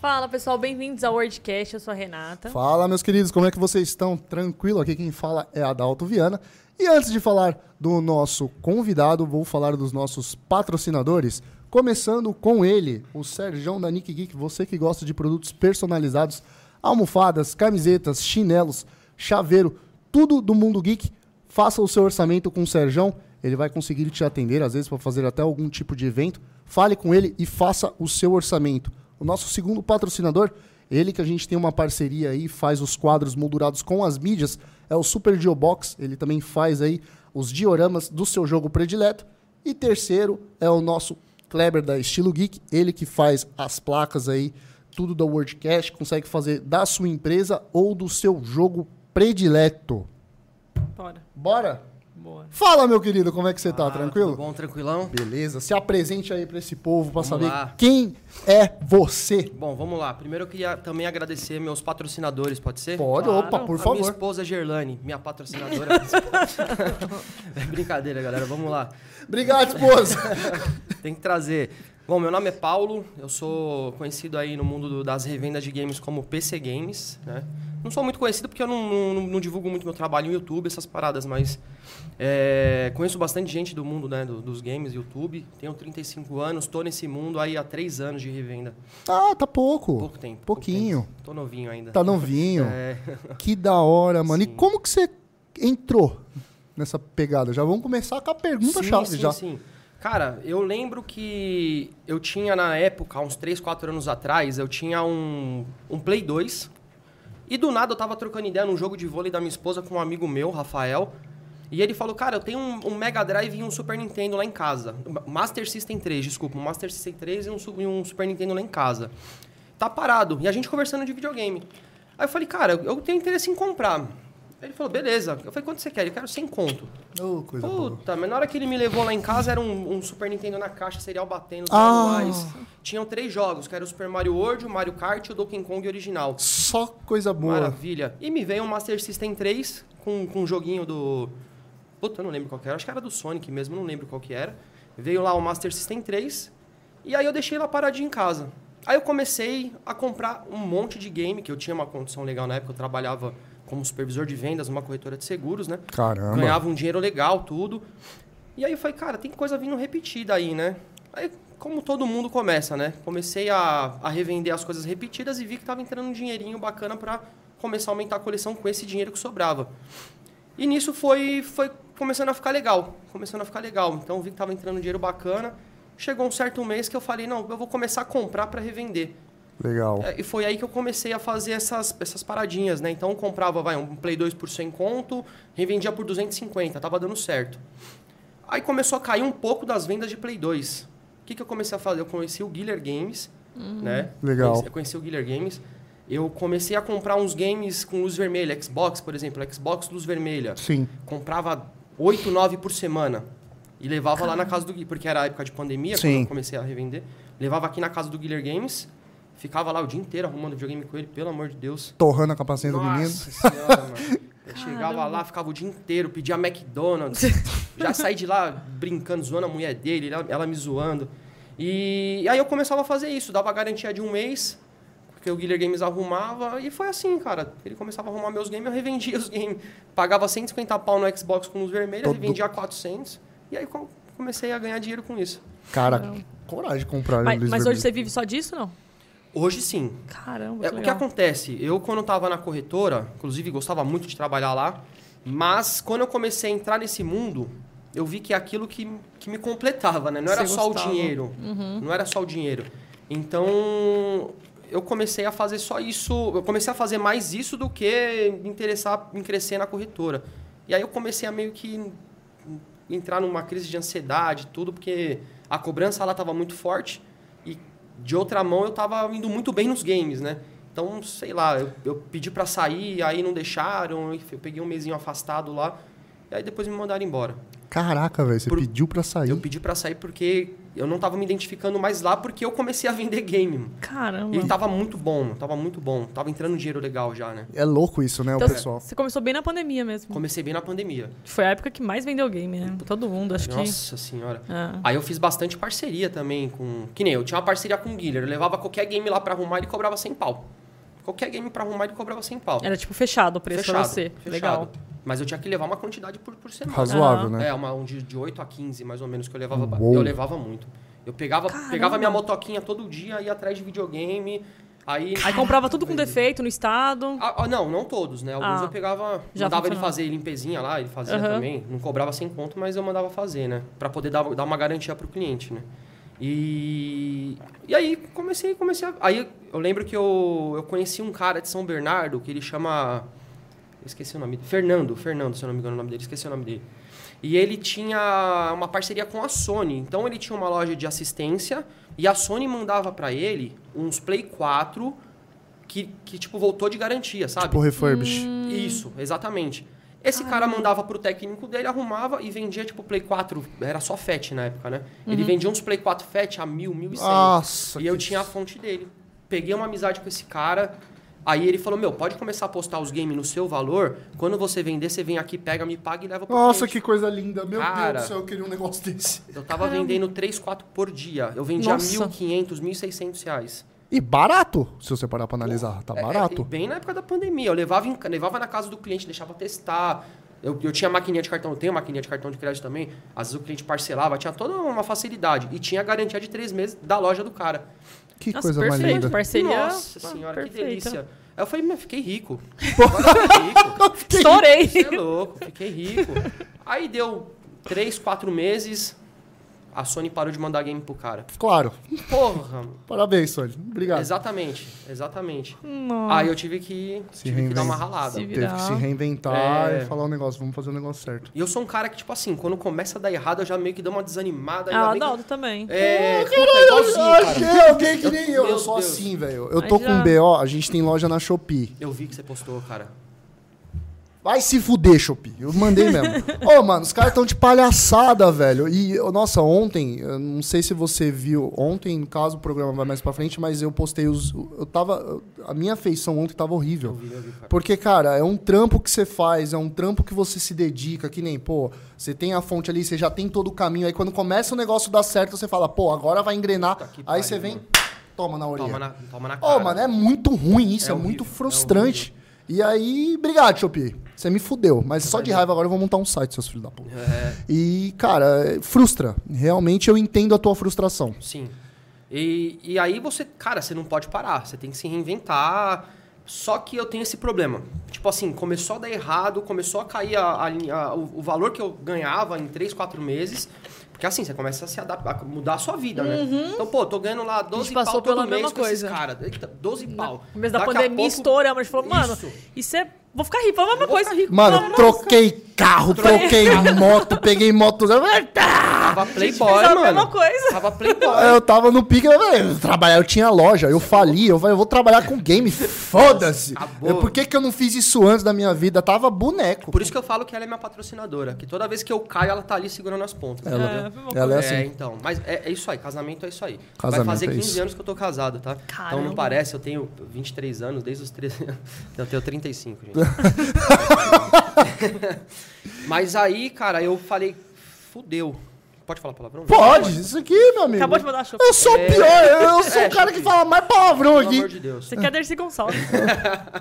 Fala pessoal, bem-vindos ao WordCast, eu sou a Renata. Fala, meus queridos, como é que vocês estão? Tranquilo? Aqui quem fala é Adalto Viana. E antes de falar do nosso convidado, vou falar dos nossos patrocinadores. Começando com ele, o Serjão da Nick Geek. Você que gosta de produtos personalizados, almofadas, camisetas, chinelos, chaveiro, tudo do mundo geek, faça o seu orçamento com o Serjão. Ele vai conseguir te atender, às vezes, para fazer até algum tipo de evento. Fale com ele e faça o seu orçamento. O nosso segundo patrocinador ele que a gente tem uma parceria aí, faz os quadros moldurados com as mídias, é o Super Geobox, ele também faz aí os dioramas do seu jogo predileto. E terceiro é o nosso Kleber da Estilo Geek, ele que faz as placas aí, tudo da WordCast, consegue fazer da sua empresa ou do seu jogo predileto. Bora. Bora? Boa. Fala, meu querido, como é que você tá? Ah, Tranquilo? Tudo bom, tranquilão? Beleza, se apresente aí pra esse povo, pra Vamos saber lá. quem é você. Bom, vamos lá. Primeiro eu queria também agradecer meus patrocinadores, pode ser? Pode, Claro. opa, por a favor. minha esposa Gerlane, minha patrocinadora. principal. é brincadeira, galera. Vamos lá. Obrigado, esposa. Tem que trazer. Bom, meu nome é Paulo. Eu sou conhecido aí no mundo do- das revendas de games como PC Games, né? Não sou muito conhecido porque eu não, não- não- não divulgo muito meu trabalho no YouTube, essas paradas, mas é, conheço bastante gente do mundo né, do- dos games, YouTube. Tenho 35 anos, tô nesse mundo aí há 3 anos de revenda. Ah, tá pouco. Pouco tempo. Pouquinho. pouco tempo. Tô novinho ainda. Tá novinho. É, Que da hora, mano. E Sim. como que você entrou nessa pegada? Já vamos começar com a pergunta chave sim, já. sim. Cara, eu lembro que eu tinha na época, uns 3, 4 anos atrás, eu tinha um, um Play 2. E do nada eu tava trocando ideia num jogo de vôlei da minha esposa com um amigo meu, Rafael. E ele falou, cara, eu tenho um, um Mega Drive e um Super Nintendo lá em casa. Ma- Master System 3, desculpa. Um Master System 3 e um, su- e um Super Nintendo lá em casa. Tá parado. E a gente conversando de videogame. Aí eu falei, cara, eu tenho interesse em comprar. Ele falou, beleza. Eu falei, quanto você quer? Eu quero 100 conto. Ô, coisa boa. Puta, mas na hora que ele me levou lá em casa, era um, um Super Nintendo na caixa, serial batendo, os Ah. manuais. Tinham três jogos, que era o Super Mario World, o Mario Kart e o Donkey Kong original. Só coisa boa. Maravilha. E me veio um Master System 3 com, com um joguinho do... Puta, eu não lembro qual que era. Acho que era do Sonic mesmo, não lembro qual que era. Veio lá o Master System 3 e aí eu deixei lá paradinho em casa. Aí eu comecei a comprar um monte de game, que eu tinha uma condição legal na época, eu trabalhava como supervisor de vendas numa corretora de seguros, né? Caramba. Ganhava um dinheiro legal, tudo. E aí eu falei, cara, tem coisa vindo repetida aí, né? Aí, como todo mundo começa, né? Comecei a, a revender as coisas repetidas e vi que tava entrando um dinheirinho bacana pra começar a aumentar a coleção com esse dinheiro que sobrava. E nisso foi, foi começando a ficar legal. Começando a ficar legal. Então vi que tava entrando um dinheiro bacana. Chegou um certo mês que eu falei, não, eu vou começar a comprar pra revender. Legal. É, E foi aí que eu comecei a fazer essas, essas paradinhas, né? Então eu comprava, vai, um Play 2 por 100 conto, revendia por 250, tava dando certo. Aí começou a cair um pouco das vendas de Play 2. O que, que eu comecei a fazer? Eu conheci o Guiller Games, né? Legal. Conheci- Eu conheci o Guiller Games. Eu comecei a comprar uns games com luz vermelha, Xbox, por exemplo, Xbox luz vermelha. Sim. Comprava 8, 9 por semana. E levava lá na casa do Gui, porque era a época de pandemia, Sim. quando eu comecei a revender. Levava aqui na casa do Guilherme Games, ficava lá o dia inteiro arrumando videogame com ele, pelo amor de Deus. Torrando a capacete do menino. Nossa senhora, mano. Eu chegava lá, ficava o dia inteiro, pedia McDonald's. Já saí de lá brincando, zoando a mulher dele, ela, ela me zoando. E, aí eu começava a fazer isso, dava garantia de um mês, porque o Guilherme Games arrumava, e foi assim, cara. Ele começava a arrumar meus games, eu revendia os games. Pagava 150 pau no Xbox com luz vermelha, Todo- revendia 400, e aí co- comecei a ganhar dinheiro com isso. Cara, Não. coragem de comprar um Mas, Luiz mas hoje Vermelho. você vive só disso não? Hoje sim, Caramba, É, que o que legal. acontece? Eu, quando estava na corretora, inclusive gostava muito de trabalhar lá, mas quando eu comecei a entrar nesse mundo, eu vi que é aquilo que, que me completava, né? Não era Você só gostava. Uhum. o dinheiro. Não era só o dinheiro. Então, eu comecei a fazer só isso. Eu comecei a fazer mais isso do que me interessar em crescer na corretora. E aí eu comecei a meio que entrar numa crise de ansiedade, tudo, porque a cobrança lá estava muito forte e de outra mão eu estava indo muito bem nos games, né? Então, sei lá, eu, eu pedi para sair, aí não deixaram, eu peguei um mesinho afastado lá, e aí depois me mandaram embora. Caraca, velho, você Pro- pediu pra sair. Eu pedi para sair porque Eu não tava me identificando mais lá porque eu comecei a vender game. mano. Caramba. E tava muito bom, mano, tava muito bom. Tava entrando dinheiro legal já, né? É louco isso, né, Então, o pessoal? Você começou bem na pandemia mesmo. Comecei bem na pandemia. Foi a época que mais vendeu game, né? Todo mundo, acho Nossa senhora. que. Ah. Aí eu fiz bastante parceria também com. Que nem eu tinha uma parceria com o Guiller. Eu levava qualquer game lá pra arrumar e cobrava 100 pau. Qualquer game pra arrumar ele cobrava 100 pau. Era tipo fechado o preço pra fechado, você. fechado. Legal. Mas eu tinha que levar uma quantidade por, por semana. Razoável, né? É, uma, um de, de 8 a 15, mais ou menos, que eu levava. ba- Uou. Eu levava muito. Eu pegava, Caramba. pegava minha motoquinha todo dia, ia atrás de videogame. Aí. Aí comprava tudo com defeito no estado. Ah, ah, não, não todos, né? Alguns Ah. eu pegava, Já mandava ele funcionava. fazer limpezinha lá, ele fazia Aham. também. Não cobrava sem conto, mas eu mandava fazer, né? Pra poder dar, dar uma garantia pro cliente, né? E, e aí comecei, comecei a... Aí eu lembro que eu, eu conheci um cara de São Bernardo que ele chama... eu Esqueci o nome dele. Fernando, Fernando, se eu não me engano é o nome dele, esqueci o nome dele. E ele tinha uma parceria com a Sony. Então ele tinha uma loja de assistência e a Sony mandava pra ele uns Play 4 que, que tipo, voltou de garantia, sabe? Tipo refurbish. Hum. Isso, exatamente. Esse cara mandava pro técnico dele, arrumava e vendia, tipo, Play 4. Era só FET na época, né? Ele vendia uns Play 4 FET a mil, mil e cem. Uhum. Nossa. E eu que- tinha a fonte dele. Peguei uma amizade com esse cara. Aí ele falou, meu, pode começar a postar os games no seu valor. Quando você vender, você vem aqui, pega, me paga e leva pro Nossa, cliente." que coisa linda. Meu Cara. Deus do céu, eu queria um negócio desse. Eu tava Caramba. vendendo 3, 4 por dia. Eu vendia Nossa. 1.500, 1.600 reais. E barato, se você parar pra analisar. Tá É, é, barato. bem na época da pandemia. Eu levava, em ca- levava na casa do cliente, deixava testar. Eu, eu tinha maquininha de cartão, eu tenho maquininha de cartão de crédito também. Às vezes o cliente parcelava, tinha toda uma facilidade. E tinha a garantia de três meses da loja do cara. Que Nossa, coisa perfeito. mais linda. Parceria. Nossa ah, senhora, que perfeita. delícia. Aí eu falei, meu, fiquei rico. Agora eu fiquei rico. assim? Estourei. Você é louco, fiquei rico. Aí deu três, quatro meses, a Sony parou de mandar game pro cara. Claro. Porra, mano. Parabéns, Sônia. Obrigado. Exatamente, exatamente. Nossa. Aí eu tive que, Se tive que dar uma reinven- ralada. se- Teve que se reinventar É. e falar um negócio. Vamos fazer o negócio certo. E eu sou um cara que, tipo assim, quando começa a dar errado, eu já meio que dou uma desanimada. ainda Ah, bem que- Naldo também. É, puta, é igualzinho, cara. Achei alguém que nem eu. Meu Eu sou Deus. assim, velho. Eu Aí tô já- com BO, a gente tem loja na Shopee. Eu vi que você postou, cara. Vai se fuder, Shopee. Eu mandei mesmo. Ô, mano, os caras tão de palhaçada, velho. E, ô, nossa, ontem, eu não sei se você viu, ontem, no caso, o programa vai mais pra frente, mas eu postei os. Eu tava. eu- A minha feição ontem tava horrível. Eu vi, eu vi, cara. Porque, cara, é um trampo que você faz, é um trampo que você se dedica, que nem, pô, você tem a fonte ali, você já tem todo o caminho. Aí quando começa o negócio dar certo, você fala, pô, agora vai engrenar. Puta que aí pariu, você vem, mano. toma na orelha. Toma na, toma na Ô, cara. mano, é muito ruim isso, é, É horrível, muito é frustrante. e aí, obrigado, Chopi. Você me fudeu, mas só de raiva agora eu vou montar um site, seus filhos da puta. É, E, cara, é- frustra. Realmente eu entendo a tua frustração. sim. E, e aí você, cara, você não pode parar. Você tem que se reinventar. Só que eu tenho esse problema. Tipo assim, começou a dar errado, começou a cair a, a linha- a- o, o valor que eu ganhava em 3, 4 meses. Porque assim, você começa a se adaptar, a mudar a sua vida, né? Então, pô, tô ganhando lá 12 pau Uhum. passou todo pela mês mesma com esses coisa. caras. Eita, 12 pau. No começo da Daqui a pandemia pouco- estouramos. A gente falou, mano, Isso. isso é. Vou ficar rico, falou a mesma coisa. Mano, Falou a mesma troquei carro, troquei moto, peguei moto. Tava coisa, playboy, fez a mano. mesma coisa. Tava playboy. Eu tava no pique, eu falei, eu trabalhar, eu tinha loja, eu fali, eu falei, eu vou trabalhar com game, foda-se. Acabou. Eu- Por que, que eu não fiz isso antes da minha vida? Tava boneco. Por isso que eu falo que ela é minha patrocinadora. Que toda vez que eu caio, ela tá ali segurando as pontas. Ela, É, foi uma ela é coisa. assim. É, então. Mas é, é isso aí. Casamento é isso aí. Casamento Vai fazer é 15 isso. anos que eu tô casado, tá? Então Caramba. não parece, eu tenho 23 anos, desde os 13 anos. Eu tenho 35, gente. Mas aí, cara, eu falei, fudeu. Pode falar palavrão? Pode, isso aqui, meu amigo. Acabou de mandar a chuva. Eu sou o É. pior, eu sou É, o cara que Chupi. fala mais palavrão Pelo amor aqui. de Deus. Você quer Dercy Gonçalves?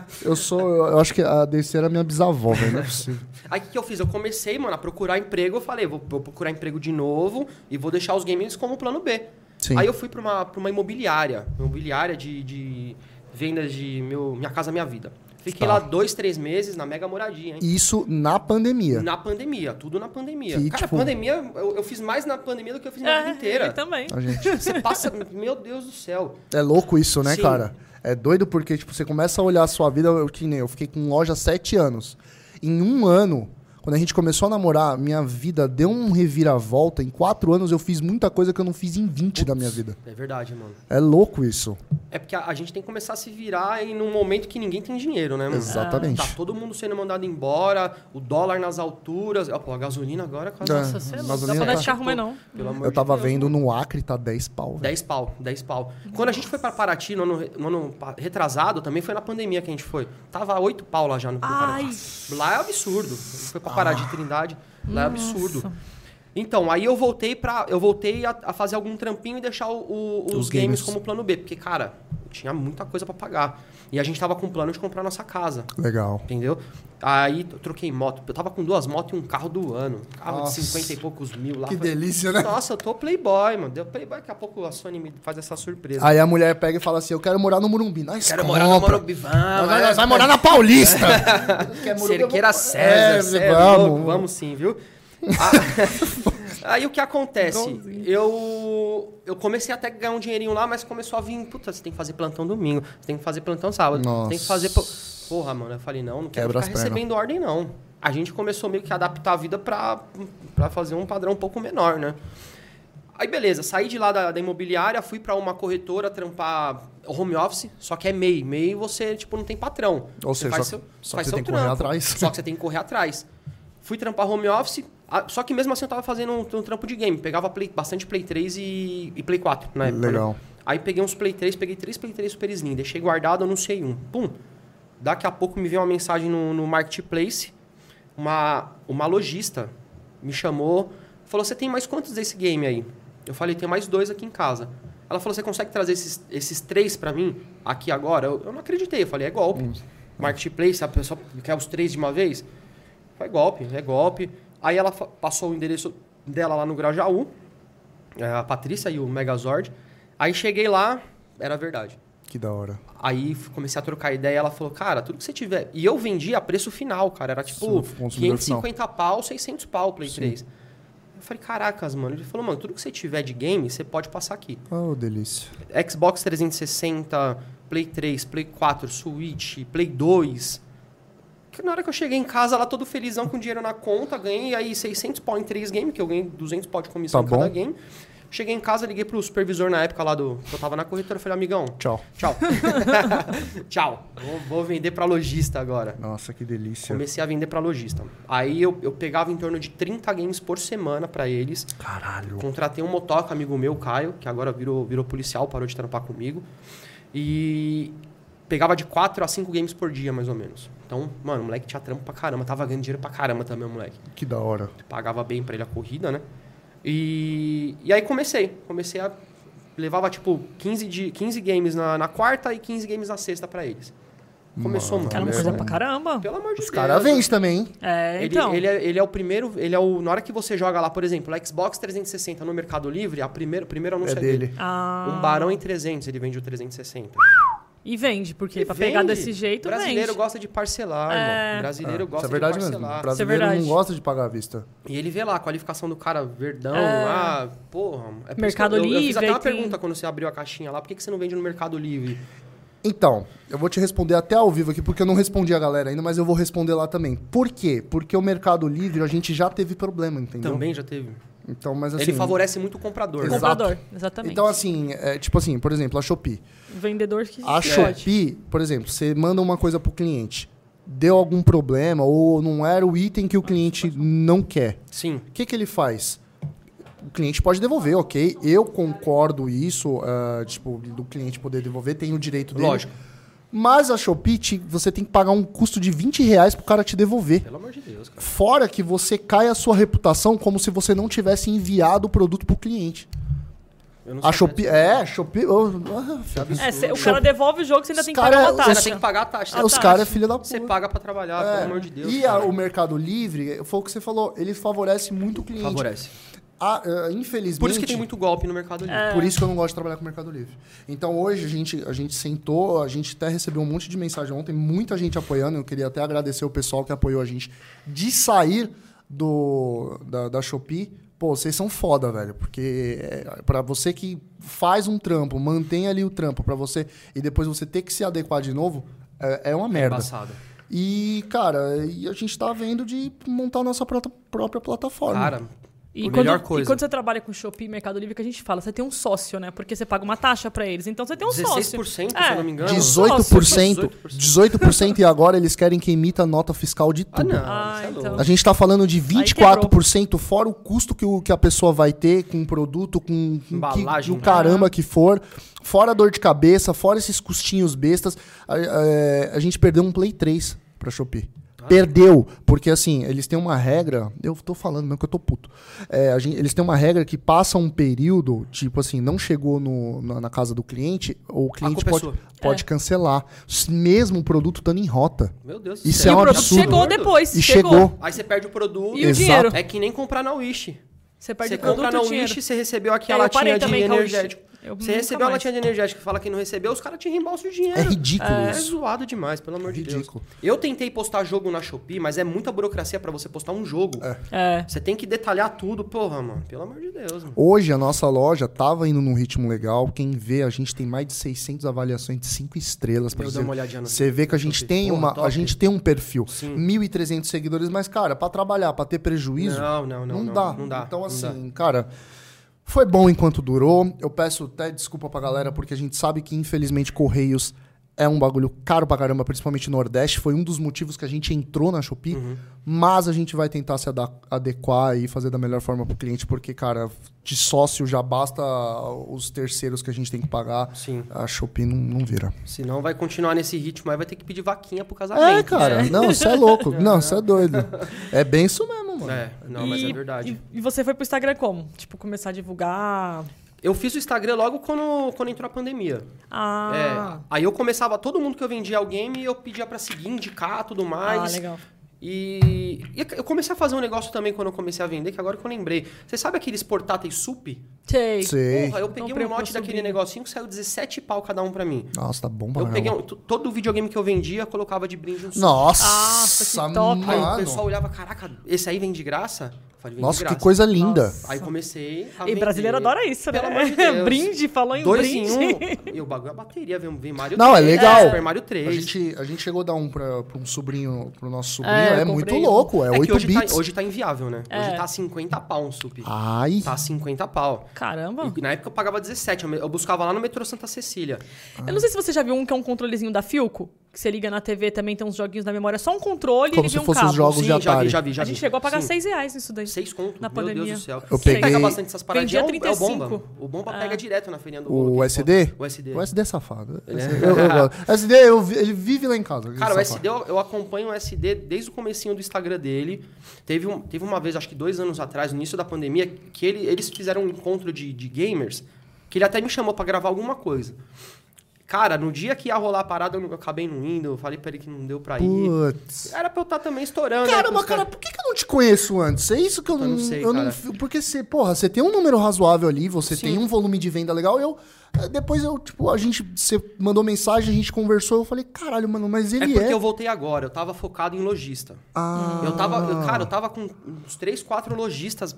Eu sou, eu acho que a DC era minha bisavó, velho, não é possível. Aí o que, que eu fiz? Eu comecei, mano, a procurar emprego. Eu falei, vou, vou procurar emprego de novo e vou deixar os games como plano B. Sim. Aí eu fui pra uma, pra uma imobiliária, uma imobiliária de, de vendas de meu, Minha Casa Minha Vida. Fiquei Tá. lá dois, três meses na mega moradia, hein? Isso na pandemia. Na pandemia, tudo na pandemia. Que, Cara, tipo- pandemia, eu, eu fiz mais na pandemia do que eu fiz na vida ele inteira. também. A tá, gente. Você passa, meu Deus do céu. É louco isso, né, Sim. cara? É doido porque, tipo, você começa a olhar a sua vida, eu, que nem eu fiquei com loja sete anos. Em um ano, Quando a gente começou a namorar, minha vida deu um reviravolta. Em quatro anos eu fiz muita coisa que eu não fiz em 20 da minha vida. É verdade, mano. É louco isso. É porque a, a gente tem que começar a se virar em um momento que ninguém tem dinheiro, né, mano? Exatamente. Tá todo mundo sendo mandado embora, o dólar nas alturas. Ó, pô, a gasolina agora quase. É. Nossa, você é Mas louco. eu Dá nem- pra dar de carro, mas não. Pelo amor Eu de tava Deus. vendo no Acre, tá 10 pau. velho. 10 pau, 10 pau. Quando a gente foi pra Paraty no ano, re- no ano pa- retrasado, também foi na pandemia que a gente foi. Tava 8 pau lá já no no Ai. Paraty. Lá é absurdo. A gente foi Ah. pra Paraty Trindade, lá é absurdo. Nossa. Então, aí eu voltei para eu voltei a, a fazer algum trampinho e deixar o- o- os, Os games. games. como plano B, porque cara, tinha muita coisa pra pagar. E a gente tava com o plano de comprar nossa casa. Legal. Entendeu? Aí eu troquei moto. Eu tava com duas motos e um carro do ano. Carro Nossa. de 50 e poucos mil lá. Que Falei, delícia, né? Nossa, eu tô playboy, mano. Deu playboy, daqui a pouco a Sony me faz essa surpresa. Aí a mulher pega e fala assim: Eu quero morar no Murumbi. Nós Quero compra. morar no Morumbi. é Vamos, Nós vai, nós vai morar na Paulista. Quer Morumbi, eu vou- Cerqueira César, É, cê é vamos. louco, vamos sim, viu? Ah, Aí o que acontece? Eu, eu comecei até a ganhar um dinheirinho lá, mas começou a vir, puta, você tem que fazer plantão domingo, você tem que fazer plantão sábado, Nossa. tem que fazer. po- Porra, mano, eu falei, não, não quero Quebra as ficar pernas. recebendo ordem, não. A gente começou meio que a adaptar a vida pra, pra fazer um padrão um pouco menor, né? Aí beleza, saí de lá da, da imobiliária, fui pra uma corretora trampar home office, só que é MEI. MEI você, tipo, não tem patrão. Ou você seja, faz só- seu, só faz que você seu tem que correr trampo. atrás. Só que você tem que correr atrás. Fui trampar home office, a- só que mesmo assim eu tava fazendo um, um trampo de game. Pegava play- bastante Play 3 e, e Play 4 na época. né? Legal. Aí peguei uns Play 3, peguei três Play 3 Super Slim, deixei guardado, anunciei um. Pum! Daqui a pouco me veio uma mensagem no, no Marketplace, uma, uma lojista me chamou, falou, você tem mais quantos desse game aí? Eu falei, tem mais dois aqui em casa. Ela falou, você consegue trazer esses, esses três pra mim aqui agora? Eu, eu não acreditei, eu falei, é golpe. Marketplace, a pessoa quer os três de uma vez? Foi golpe, é golpe. Aí ela fa- passou o endereço dela lá no Grajaú, é, a Patrícia e o Megazord. Aí cheguei lá, era verdade. Que da hora. Aí f- comecei a trocar ideia, ela falou, cara, tudo que você tiver. E eu vendia a preço final, cara. Era tipo Sim, consumidor 550 pau, 600 pau o Play 3. Eu falei, caracas, mano. Ele falou, mano, tudo que você tiver de game, você pode passar aqui. Oh, delícia. Xbox 360, Play 3, Play 4, Switch, Play 2. Que Na hora que eu cheguei em casa lá todo felizão com dinheiro na conta, ganhei aí 600 pau em 3 games, que eu ganhei 200 pau de comissão Tá em cada bom. game. Cheguei em casa, liguei pro supervisor na época lá do. que eu tava na corretora, falei, amigão, Tchau. tchau. tchau. Vou, vou vender pra lojista agora. Nossa, que delícia. Comecei a vender pra lojista. Aí eu, eu pegava em torno de 30 games por semana pra eles. Caralho. Contratei um motoca, amigo meu, Caio, que agora virou, virou policial, parou de trampar comigo. E pegava de 4 a 5 games por dia, mais ou menos. Então, mano, o moleque tinha trampo pra caramba. Tava ganhando dinheiro pra caramba também, o moleque. Que da hora. Pagava bem pra ele a corrida, né? E, e aí comecei. Comecei a... Levava, tipo, 15, de, 15 games na, na quarta e 15 games na sexta pra eles. Começou, mano. Caramba, Valeu. é coisa pra caramba. Pelo amor de Os Deus. caras vêm também, hein? É, Ele, então. ele, é, ele é o primeiro. Ele é o. Na hora que você joga lá, por exemplo, o Xbox 360 no Mercado Livre, a primeira, o primeiro anúncio É é dele. dele. Ah, Um barão em 300, ele vende o 360. E vende, porque Ele pra pegar vende. desse jeito, Brasileiro vende. gosta de parcelar, irmão. Brasileiro Isso gosta é verdade de mesmo. parcelar. Brasileiro verdade. não gosta de pagar à vista. E ele vê lá a qualificação do cara verdão, lá, porra. É por isso que É. Mercado eu, Eu fiz Livre, até uma aí tem- pergunta quando você abriu a caixinha lá, por que, que você não vende no Mercado Livre? Então, eu vou te responder até ao vivo aqui, porque eu não respondi a galera ainda, mas eu vou responder lá também. Por quê? Porque o Mercado Livre a gente já teve problema, entendeu? Também já teve. Então, mas assim. ele favorece muito o comprador. Exato. né? Comprador, exatamente. Então, assim, é, tipo assim, por exemplo, a Shopee. Vendedor que A pode. Shopee, por exemplo, você manda uma coisa pro cliente, deu algum problema ou não era o item que o cliente não quer. Sim. O que, que ele faz? O cliente pode devolver, ok? Eu concordo isso, ah, tipo, do cliente poder devolver, tem o direito dele. Lógico. Mas a Shopee, te- você tem que pagar um custo de 20 reais pro cara te devolver. Pelo amor de Deus, cara. Fora que você cai a sua reputação como se você não tivesse enviado o produto pro cliente. Eu não A sei Shopee... mais. É, a Shopee... oh, ah, filho. É, cê- o cara tá, devolve o jogo, você ainda Os tem que cara- é pagar uma você taxa. Você tem que pagar a taxa. Ah, os caras é filha da puta. Você paga pra trabalhar, É. pelo amor de Deus. E a- cara. o Mercado Livre, foi o que você falou, ele favorece muito o cliente. Favorece. Ah, ah, infelizmente... Por isso que tem muito golpe no Mercado Livre. É. Por isso que eu não gosto de trabalhar com o Mercado Livre. Então hoje a gente, a gente sentou, a gente até recebeu um monte de mensagem ontem, muita gente apoiando. Eu queria até agradecer o pessoal que apoiou a gente de sair do da, da Shopee. Pô, vocês são foda, velho, porque é, para você que faz um trampo, mantém ali o trampo pra você e depois você ter que se adequar de novo, é, é uma merda. Embaçado. E, cara, e a gente tá vendo de montar nossa prota- própria plataforma. Cara, E a quando, e melhor coisa. quando você trabalha com Shopee e Mercado Livre, que a gente fala, você tem um sócio, né? Porque você paga uma taxa pra eles. Então você tem um sócio. 16%, É. se eu não me engano. 18%, 18%. 18% e agora eles querem que imita a nota fiscal de Ah, tudo. não. Ah, você é então. louco. A gente tá falando de 24% fora o custo que, o, que a pessoa vai ter com o produto, com, com que, Embalagem, o né? caramba que for, fora a dor de cabeça, fora esses custinhos bestas. A, é, a gente perdeu um Play 3 pra Shopee. Ah. Perdeu, porque assim, eles têm uma regra. Eu tô falando mesmo que eu tô puto. É, a gente- eles têm uma regra que passa um período, tipo assim, não chegou no- na, na casa do cliente, ou o cliente culpa é pode, sua. pode cancelar. Mesmo o produto estando em rota. Meu Deus Isso E é um o produto absurdo. chegou depois. E chegou. Aí você perde o produto. E o Exato. dinheiro? É que nem comprar na Wish. Você perde Você o produto compra e na o dinheiro. Wish, você recebeu aqui É, a eu parei latinha de também com a Wish. energético. Eu Você nunca recebeu a mais. latinha de energético, fala que não recebeu, os caras te reembolsam o dinheiro. É ridículo É isso. zoado demais, pelo amor de Deus. Ridículo. Eu tentei postar jogo na Shopee, mas é muita burocracia pra você postar um jogo. É. Você tem que detalhar tudo, porra, mano. Pelo amor de Deus, mano. Hoje a nossa loja tava indo num ritmo legal. Quem vê, a gente tem mais de 600 avaliações de 5 estrelas para Eu você. dou uma olhadinha no- Você vê que a gente Top. tem Porra, uma, a top. gente tem um perfil, Sim. 1.300 seguidores, mas cara, para trabalhar, para ter prejuízo, Não, não, não, não, dá. não dá, Então não assim, cara, foi bom enquanto durou. Eu peço até desculpa pra galera porque a gente sabe que infelizmente correios é um bagulho caro pra caramba, principalmente no Nordeste. Foi um dos motivos que a gente entrou na Shopee, Uhum. mas a gente vai tentar se ada- adequar e fazer da melhor forma pro cliente, porque, cara, de sócio já basta os terceiros que a gente tem que pagar. Sim. A Shopee não, não vira. Senão vai continuar nesse ritmo, aí vai ter que pedir vaquinha pro casamento. É, cara. Não, você é louco. Não, você é doido. É bem isso mesmo, mano. É, não, mas é E- verdade. E, e você foi pro Instagram como? Tipo, começar a divulgar. Eu fiz o Instagram logo quando, quando entrou a pandemia. Ah. É, aí eu começava, todo mundo que eu vendia o game, eu pedia pra seguir, indicar, tudo mais. Ah, legal. E, e eu comecei a fazer um negócio também quando eu comecei a vender, que agora que eu lembrei. Você sabe aqueles portáteis sup? Sei. Sei. Porra, eu peguei Comprei um lote pro daquele sobrinho. negocinho que saiu 17 pau cada um pra mim. Nossa, tá bom pra Eu peguei caramba. um- t- todo o videogame que eu vendia, eu colocava de brinde um sup. Nossa, Nossa, que top. Aí mano. o pessoal olhava, caraca, esse aí vem de graça? Eu falei, vem de Nossa, que graça. coisa linda. Aí comecei a E vender. brasileiro adora isso, né? Pelo amor de Deus. brinde, falou em Dois brinde. em um. E o bagulho é a bateria, vem, vem Mario Não, é 3, legal. Super Mario 3. A gente, a gente chegou a dar um pra, pra um sobrinho, pro nosso sobrinho. É, eu É, comprei muito um. louco, é, que 8 hoje bits. Ah. Tá, hoje tá inviável, né? É. Hoje tá 50 pau um sup. Ai, Tá 50 pau. Caramba. E na época eu pagava 17, eu me- eu buscava lá no metrô Santa Cecília. Eu não sei se você já viu um que é um controlezinho da Filco. Que você liga na TV, também tem uns joguinhos na memória. É só um controle Como e ele se vem um fossem os cabo. jogos de já vi, Atari. já vi, já a vi. gente chegou a pagar Sim. 6 reais nisso daí. 6 conto, Na meu pandemia. Deus do céu. Eu Você peguei- pega bastante essas paradinhas, Vendia é o- é o 35. Bomba. O Ah. Bomba pega direto na feirinha do bolo, o que SD? compra. O SD. O SD é safado. SD, eu, eu gosto. SD, eu vi- ele vive lá em casa. esse Cara, o safado. SD, eu, eu acompanho o SD desde o comecinho do Instagram dele. Teve, um, teve uma vez, acho que dois anos atrás, no início da pandemia, que ele, eles fizeram um encontro de, de gamers, que ele até me chamou pra gravar alguma coisa. Cara, no dia que ia rolar a parada, eu, não- eu acabei não indo, eu falei pra ele que não deu pra ir. Putz. Era pra eu estar também estourando. né, com Caramba, um os cara, por que, que eu não te conheço antes? É isso que eu, Eu não sei, eu cara. fi- porque você, porra, você tem um número razoável ali, você tem um volume de venda legal. Eu. eh, Depois eu, tipo, a gente. Você mandou mensagem, a gente conversou. Eu falei, caralho, mano, mas É ele porque é. eu voltei agora, eu tava focado em lojista. Ah. Eu tava, eu- cara, eu tava com uns três, quatro lojistas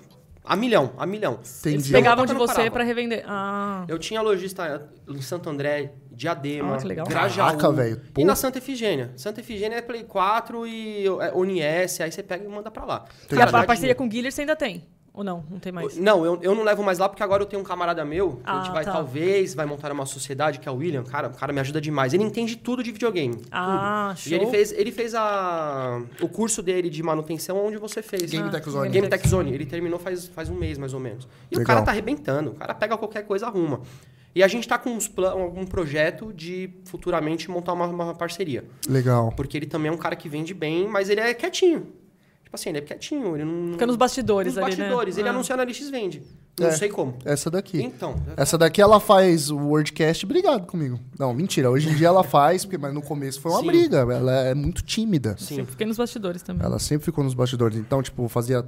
a milhão, a milhão. Eles Entendi. pegavam Eu de não você parava. pra revender. Ah. Eu tinha lojista eh, em Santo André, Diadema, Ah, que legal. Grajaú. Caraca, velho. E na Pô. Santa Efigênia. Santa Efigênia é Play 4 e é, Unies, aí você pega e manda pra lá. E a, a parceria com o Guilherme você ainda tem? Ou não? Não tem mais. Não, eu, eu não levo mais lá porque agora eu tenho um camarada meu, que a gente Ah, vai tá. talvez, vai montar uma sociedade, que é o William. Cara, o cara me ajuda demais. Ele entende tudo de videogame. Ah, E show. ele fez, ele fez a, o curso dele de manutenção onde você fez. Ah. Game Tech Zone. Game Tech Zone. Ele terminou faz, faz um mês, mais ou menos. E o Legal. cara tá arrebentando. O cara pega qualquer coisa, arruma. E a gente tá com uns plan, algum projeto de futuramente montar uma, uma parceria. Legal. Porque ele também é um cara que vende bem, mas ele é quietinho. Tipo assim, ele é quietinho. Ele não... Fica nos bastidores nos ali, né? bastidores. Ele Ah. anuncia na LX Vende. Não É. sei como. Essa daqui. Então, Essa daqui ela faz o WordCast brigado comigo. Não, mentira. Hoje em dia ela faz, porque, mas no começo foi uma Sim. briga. Ela é muito tímida. sim. Eu fiquei nos bastidores também. Ela sempre ficou nos bastidores. Então, tipo, fazia.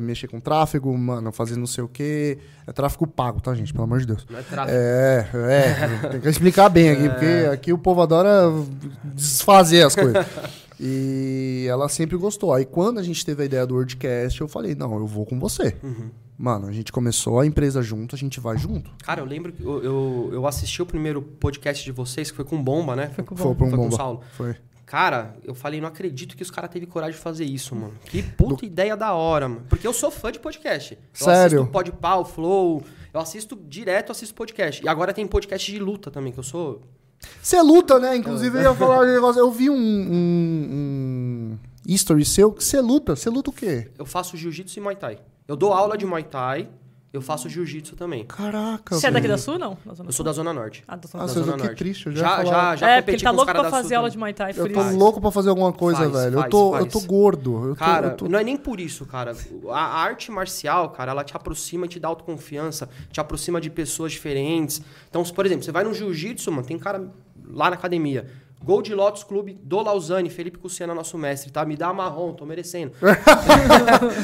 Mexer com tráfego, mano, fazia não sei o quê. É tráfego pago, tá, gente? Pelo amor de Deus. Não é tráfego. É, é. Tem que explicar bem aqui, É. porque aqui o povo adora desfazer as coisas. E ela sempre gostou. Aí quando a gente teve a ideia do WordCast, eu falei, não, eu vou com você. Uhum. Mano, a gente começou a empresa junto, a gente vai junto. Cara, eu lembro que eu, eu, eu assisti o primeiro podcast de vocês, que foi com bomba, né? Foi com o Foi bom. pra um Foi com o bomba. Saulo. Foi. Cara, eu falei, não acredito que os caras teve coragem de fazer isso, mano. Que puta ideia da hora, mano. Porque eu sou fã de podcast. Eu Sério? assisto Podpah, o Flow. Eu assisto direto, assisto podcast. E agora tem podcast de luta também, que eu sou... Você luta, né? É. Inclusive, eu ia falar um negócio. Eu vi um, um, um history seu que você luta. Você luta o quê? Eu faço jiu-jitsu e Muay Thai. Eu dou aula de Muay Thai, eu faço jiu-jitsu também. Caraca. Você é daqui velho. da Sul, não? Da Zona Eu sou Sul? da Zona Norte. Ah, da Zona Ah, Sul. você viu que triste? Eu já ia Já, falar. já, é, já porque ele competi tá com os louco caras pra da fazer Sul aula também. de Muay Thai Eu Freeze. tô louco pra fazer alguma coisa, Faz, velho. eu, faz, tô, faz. eu tô gordo. Eu tô- Cara, eu tô- não é nem por isso, cara. A a arte marcial, cara, ela te aproxima e te dá autoconfiança, te aproxima de pessoas diferentes. Então, se, por exemplo, você vai no jiu-jitsu, mano, tem cara lá na academia. Gol de Lotus Clube do Lausanne, Felipe Cusiana, nosso mestre, tá? Me dá a marrom, tô merecendo.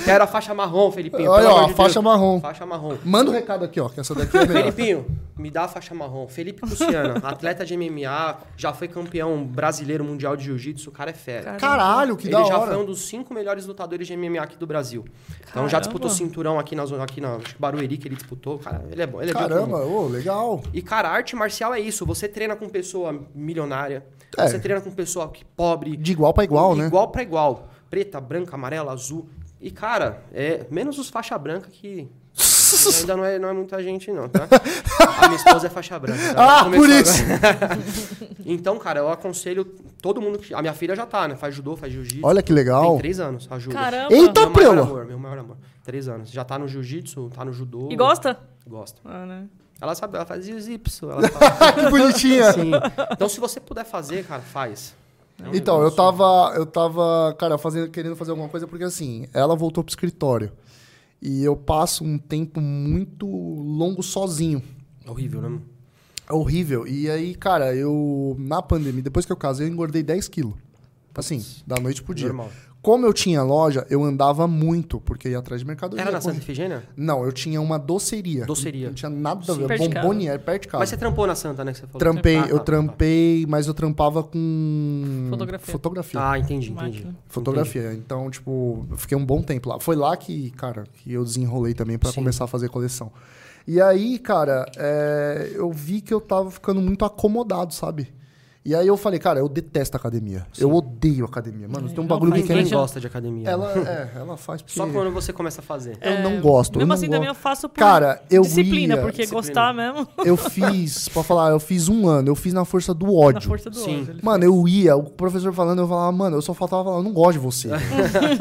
Quero a faixa marrom, Felipinho. Olha, pelo ó, amor de a faixa Deus. marrom. Faixa marrom. Manda um recado aqui, ó, que essa daqui é melhor. Felipinho, me dá a faixa marrom. Felipe Cusiana, atleta de MMA, já foi campeão brasileiro mundial de jiu-jitsu, o cara é fera. Caralho. Caralho, que Ele da já hora. foi um dos cinco melhores lutadores de MMA aqui do Brasil. Então Caramba. já disputou cinturão aqui na zona, aqui na acho que Barueri que ele disputou. Cara, ele é bom, ele é de outro Caramba, mundo. ô, legal. E cara, a arte marcial é isso. Você treina com pessoa milionária, É. você treina com pessoa que pobre, De igual pra igual, né? igual pra igual, preta, branca, amarela, azul. E cara, é menos os faixa branca que ainda não é, não é muita gente não, tá? A minha esposa é faixa branca. tá? Ah, por Começou isso. Então, cara, eu aconselho todo mundo que a minha filha já tá, né? Faz judô, faz jiu-jitsu. Olha que legal. Tem três anos, a Júlia. Caramba. Eita, Meu maior prela. amor, meu maior amor. Três anos. Já tá no jiu-jitsu, tá no judô. E gosta? Gosta. Ah, né? Ela sabe, ela faz jiu-jitsu. Ela fala que bonitinha. assim. Então, se você puder fazer, cara, faz. É um Então, eu negócio. tava, eu tava, cara, fazendo, querendo fazer alguma coisa, porque assim, ela voltou pro escritório. E eu passo um tempo muito longo sozinho. Horrível, né? mano? É horrível. E aí, cara, eu, na pandemia, depois que eu casei, eu engordei 10 quilos. Assim, da noite pro dia. Normal. Como eu tinha loja, eu andava muito, porque ia atrás de mercadoria. Era na corria. Santa Efigênia? Não, eu tinha uma doceria. Doceria. Não tinha nada a ver. Perto de casa. Bomboniere, perto de casa. Mas você trampou na Santa, né? Que você falou. Trampei, Ah, tá, eu tá, trampei, mas eu trampava com... Fotografia. Fotografia. Tá, Ah, entendi, entendi. Máquina. Fotografia. Então, tipo, eu fiquei um bom tempo lá. Foi lá que, cara, que eu desenrolei também pra Sim. começar a fazer coleção. E aí, cara, é, eu vi que eu tava ficando muito acomodado, sabe? E aí eu falei, cara, eu detesto academia. Eu odeio academia. Mano, tem um não bagulho que faz quem É. Ninguém Entendi. bem. gosta de academia. né? ela, é, ela faz porque Só quando você começa a fazer. eu É, não gosto. eu Mesmo não assim, gosto. também eu faço por Cara, eu disciplina, ia- porque Disciplina. gostar mesmo, Eu fiz, pra falar, eu fiz um ano, eu fiz na força do ódio. na força do Sim. ódio. ele Mano, eu ia, o professor falando, eu falava, mano, eu só faltava falar, eu não gosto de você.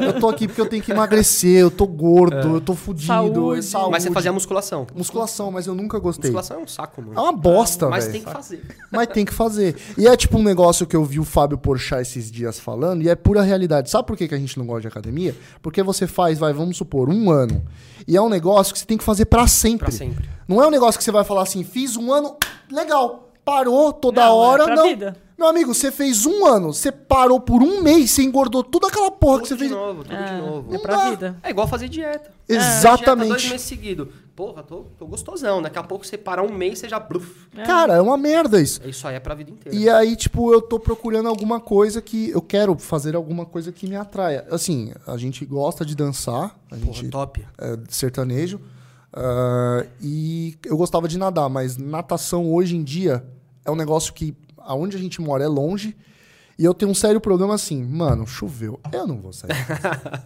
eu tô aqui porque eu tenho que emagrecer, eu tô gordo, eu tô fudido, Saúde. é saúde. Mas você fazia musculação. musculação, mas eu nunca gostei. Musculação é um saco, É mano. uma bosta, Mas velho. tem que fazer. Mas tem que fazer. E é tipo um negócio que eu vi o Fábio Porchat esses dias falando, e é pura realidade. Sabe por que, que a gente não gosta de academia? Porque você faz, vai, vamos supor, um ano. E é um negócio que você tem que fazer pra sempre. Pra sempre. Não é um negócio que você vai falar assim, fiz um ano, legal, parou toda Não, é hora, pra não. vida. Meu amigo, você fez um ano, você parou por um mês, você engordou toda aquela porra que Tudo você de fez. novo, tudo de novo. É pra dá. vida. É igual fazer dieta. tá Dieta dois Exatamente. meses seguido. Porra, tô, tô gostosão. Daqui a pouco você parar um mês, você já... Bruf. Cara, é uma merda isso. Isso aí é pra vida inteira. E aí, tipo, eu tô procurando alguma coisa que. Eu quero fazer alguma coisa que me atraia. Assim, a gente gosta de dançar, a Porra, gente top. é sertanejo. ah, e eu gostava de nadar, mas natação hoje em dia é um negócio que aonde a gente mora é longe. E eu tenho um sério problema assim, mano, choveu, eu não vou sair. de casa.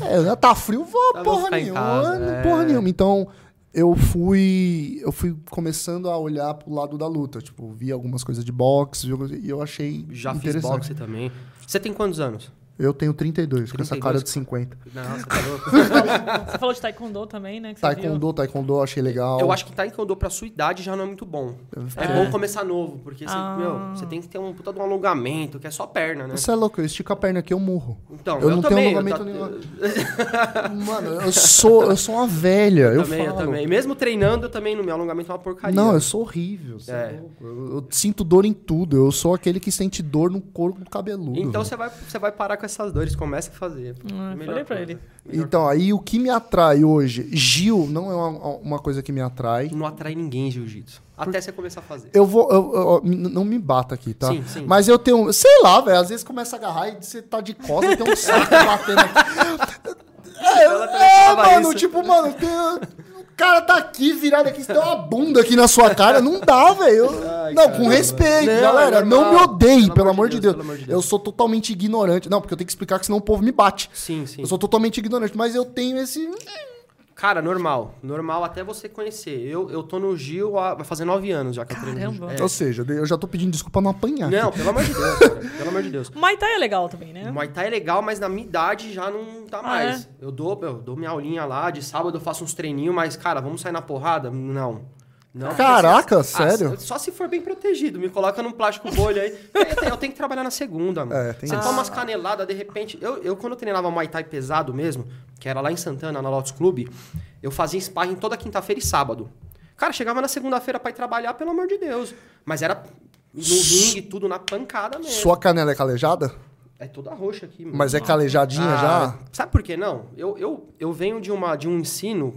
é, já tá frio, vou Eu vou porra ficar em nenhuma, casa, não, é. porra nenhuma. Então eu fui, eu fui começando a olhar pro lado da luta, tipo, vi algumas coisas de boxe vi algumas- e eu achei Já fiz interessante. boxe também. Você tem quantos anos? Eu tenho 32, com essa cara de 50. Não, você tá louco. faz. Você falou de taekwondo também, né? que você viu. Taekwondo, taekwondo, eu achei legal. Eu acho que taekwondo pra sua idade já não é muito bom. É, bom começar novo, porque você, Ah. meu, você tem que ter um puta de um alongamento, que é só perna, né? Você é louco, eu estico a perna aqui, eu morro. Então, eu eu, não tenho também. alongamento eu, nenhum. eu Mano, eu sou, eu sou uma velha. Eu, também, eu falo. também. Mesmo treinando, eu também, no meu alongamento é uma porcaria. Não, eu sou horrível. você é É. louco. Eu, eu sinto dor em tudo. Eu sou aquele que sente dor no corpo cabeludo. Então velho. você vai, você vai parar com essas dores, começa a fazer. Ah, Melhor falei pra coisa. ele. é Melhor então aí o que me atrai hoje? Gil não é uma, uma coisa que me atrai. Não atrai ninguém jiu-jitsu. Até você começar a fazer. Eu vou. eu- eu- n- não me bata aqui, tá? Sim, sim. Mas eu tenho. Sei lá, velho. Às vezes começa a agarrar e você tá de costas e tem um saco batendo aqui. É, Ela também é, falava mano, isso. tipo, mano, tem- cara tá aqui virado aqui, você tem uma bunda aqui na sua cara. Não dá, velho. Ai, Não, com caramba. respeito, Não, galera. é não normal. me odeie, pelo, Pelo amor amor de de Deus, Deus, pelo amor de Eu Deus. sou totalmente ignorante. Não, porque eu tenho que explicar que senão o povo me bate. Sim, sim. Eu sou totalmente ignorante, mas eu tenho esse. Cara, normal. Normal até você conhecer. Eu, eu tô no Gil há... vai fazer nove anos já que eu treino. no Caramba. Gil. Ou seja, eu já tô pedindo desculpa pra não apanhar. É. Não, pelo amor de Deus, cara. Pelo amor de Deus. Muay Thai é legal também, né? O Muay Thai é legal, mas na minha idade já não tá mais. Eu, dou, eu dou minha aulinha lá, de sábado eu faço uns treininhos, mas, cara, vamos sair na porrada? Não. Não, porque Caraca, se- ah, sério? se- só se for bem protegido. Me coloca num plástico bolha aí. Eu tenho, eu tenho que trabalhar na segunda, mano. É, tem Você isso. toma umas caneladas, de repente... Eu, eu, quando eu treinava Muay Thai pesado mesmo, que era lá em Santana, na Lotus Clube, eu fazia sparring toda quinta-feira e sábado. Cara, chegava na segunda-feira pra ir trabalhar, pelo amor de Deus. Mas era no ringue, tudo na pancada mesmo. Sua canela é calejada? É toda roxa aqui, mano. Mas é calejadinha Ah, já? Sabe por que não? Eu, eu, eu venho de, uma, de um ensino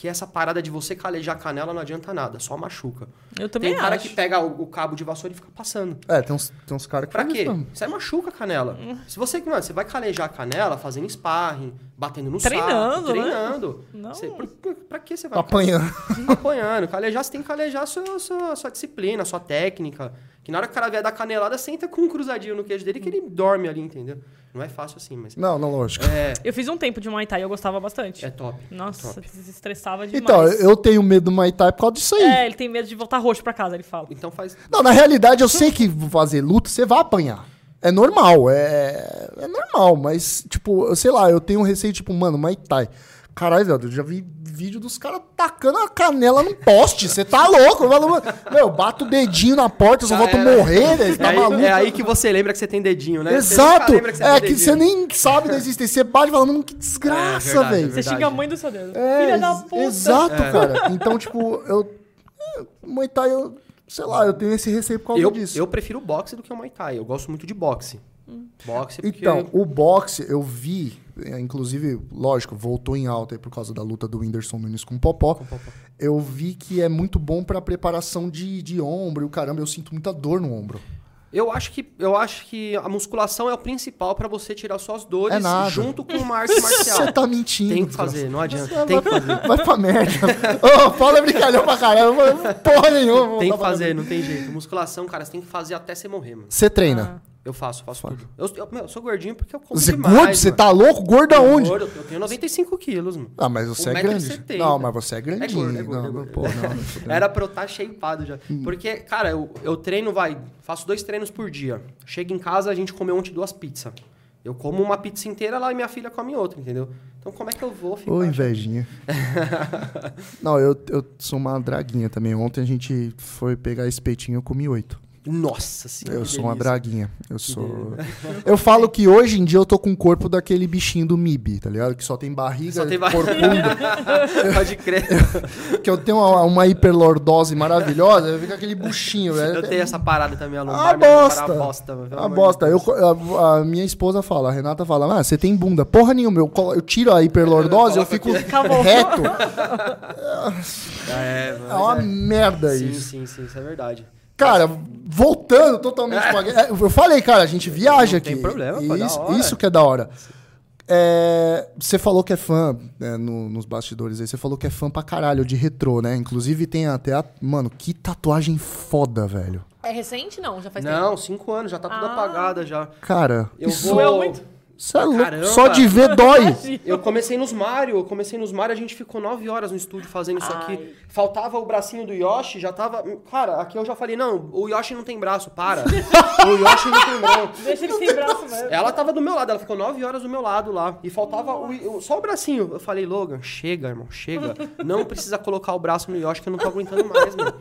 que essa parada de você calejar a canela não adianta nada, só machuca. Eu também Tem cara acho. que pega o, o cabo de vassoura e fica passando. É, tem uns, tem uns caras que Pra fazem quê? isso mesmo. Isso aí machuca a canela. Uhum. Se você, mano, você vai calejar a canela fazendo sparring, batendo no Treinando, saco, né? treinando. Não. Você, por- por- pra que você vai Tá apanhando. apanhando? Calejar, você tem que calejar a sua, a sua, a sua disciplina, a sua técnica. Que na hora que o cara vier dar canelada, senta com um cruzadinho no queijo Hum. dele que ele dorme ali, entendeu? Não é fácil assim, mas... Não, não, lógico. É, Eu fiz um tempo de Muay Thai, eu gostava bastante. é top. Nossa, top. desestressava demais. Então, eu tenho medo do Muay Thai por causa disso aí. É, ele tem medo de voltar roxo pra casa, ele fala. Então faz. Não, na realidade, eu sei que fazer luta, você vai apanhar. É normal, é, é normal, mas, tipo, eu sei lá, eu tenho um receio, tipo, mano, Muay Thai. Caralho, velho, eu já vi vídeo dos caras tacando a canela num poste. Você tá louco? Eu falo, meu, eu bato o dedinho na porta, eu só Já volto a era. morrer, velho. Você É tá maluco? aí, é aí que você lembra que você tem dedinho, né? Você nunca Exato! lembra você é tem que você dedinho. nem sabe da existência. Você bate e fala, mano, que É desgraça, verdade, é velho. Você Verdade. É. xinga a mãe do seu dedo. É, Filha da ex- puta. Exato, cara. Então, tipo, eu. é, Muay Thai, eu. Sei lá, eu tenho esse receio por causa Eu, disso. eu prefiro boxe do que o Muay Thai. Eu gosto muito de boxe. Boxe porque. Então, o boxe, eu vi, é, inclusive, lógico, voltou em alta aí por causa da luta do Whindersson Nunes com o Popó. Eu vi que é muito bom pra preparação de, de ombro e o caramba, eu sinto muita dor no ombro. eu, acho que, eu acho que a musculação é o principal pra você tirar suas dores É nada. junto com uma arte Você marcial. tá mentindo. Tem que fazer, não tá adianta. Tem que fazer. Vai pra merda. Ô, fala brincalhão pra caramba. Porra nenhuma. vou Tem dar que pra- fazer, não tem jeito. Musculação, cara, você tem que fazer até você morrer, mano. Você treina. Eu faço, faço tudo. Eu, eu- meu, eu sou gordinho porque eu como Você é Ah, demais. gordo? Você mano. tá louco? Gordo Eu sou aonde? gordo, Eu tenho 95 quilos, mano. Ah, mas você é grande. 1,70m. Não, mas você é É grandinho. gordo, é gordo, não, é gordo. pô, não. Era pra eu estar shapeado já. Uhum. Porque, cara, eu, eu treino, vai, faço dois treinos por dia. Chego em casa, a gente comeu ontem duas pizzas. Eu como uma pizza inteira lá e minha filha come outra, entendeu? Então como é que eu vou ficar? Ô, invejinha. Não, eu, eu sou uma draguinha também. Ontem a gente foi pegar esse peitinho, eu comi oito. Nossa senhora. Eu Ah, que sou um uma delícia. draguinha. Eu sou. Eu falo que hoje em dia eu tô com o corpo daquele bichinho do MIB, tá ligado? Que só tem barriga, Só tem corpo Pode crer. que eu tenho uma, uma hiperlordose maravilhosa, fica aquele buchinho, velho. Eu tenho essa parada também, a lombar. A minha lombar é Ah, bosta. uma bosta, mano, pelo A amor de bosta. Deus. Eu, co- a, a minha esposa fala, a Renata fala, ah, você tem bunda. Porra nenhuma, eu, colo- eu tiro a hiperlordose, eu, Eu fico coloco Acabou. reto. É, É uma mano. merda Sim, isso. sim, sim, isso é verdade. Cara, voltando totalmente pra guerra. é, Eu falei, cara, a gente viaja Não aqui. tem problema, pô, isso, da hora. isso que é da hora. É, você falou que é fã né, no- nos bastidores aí, você falou que é fã pra caralho de retrô, né? Inclusive tem até a. Mano, que tatuagem foda, velho. É recente? Não, já faz tempo. Não, cinco anos, já tá tudo Ah. apagada já. Cara, Eu isso vou. Doeu muito? Cê é louco. Caramba. Só de ver dói. Eu comecei nos Mario, eu comecei nos Mario, a gente ficou nove horas no estúdio fazendo isso aqui. Faltava o bracinho do Yoshi, já tava. Cara, aqui eu já falei, não, o Yoshi não tem braço, para. o Yoshi não tem mão. Deixa ele sem braço É mesmo. Ela tava do meu lado, ela ficou nove horas do meu lado lá. E faltava o- o- só o bracinho. Eu falei, Logan, chega, irmão, chega. Não precisa colocar o braço no Yoshi, que eu não tô aguentando mais, mano.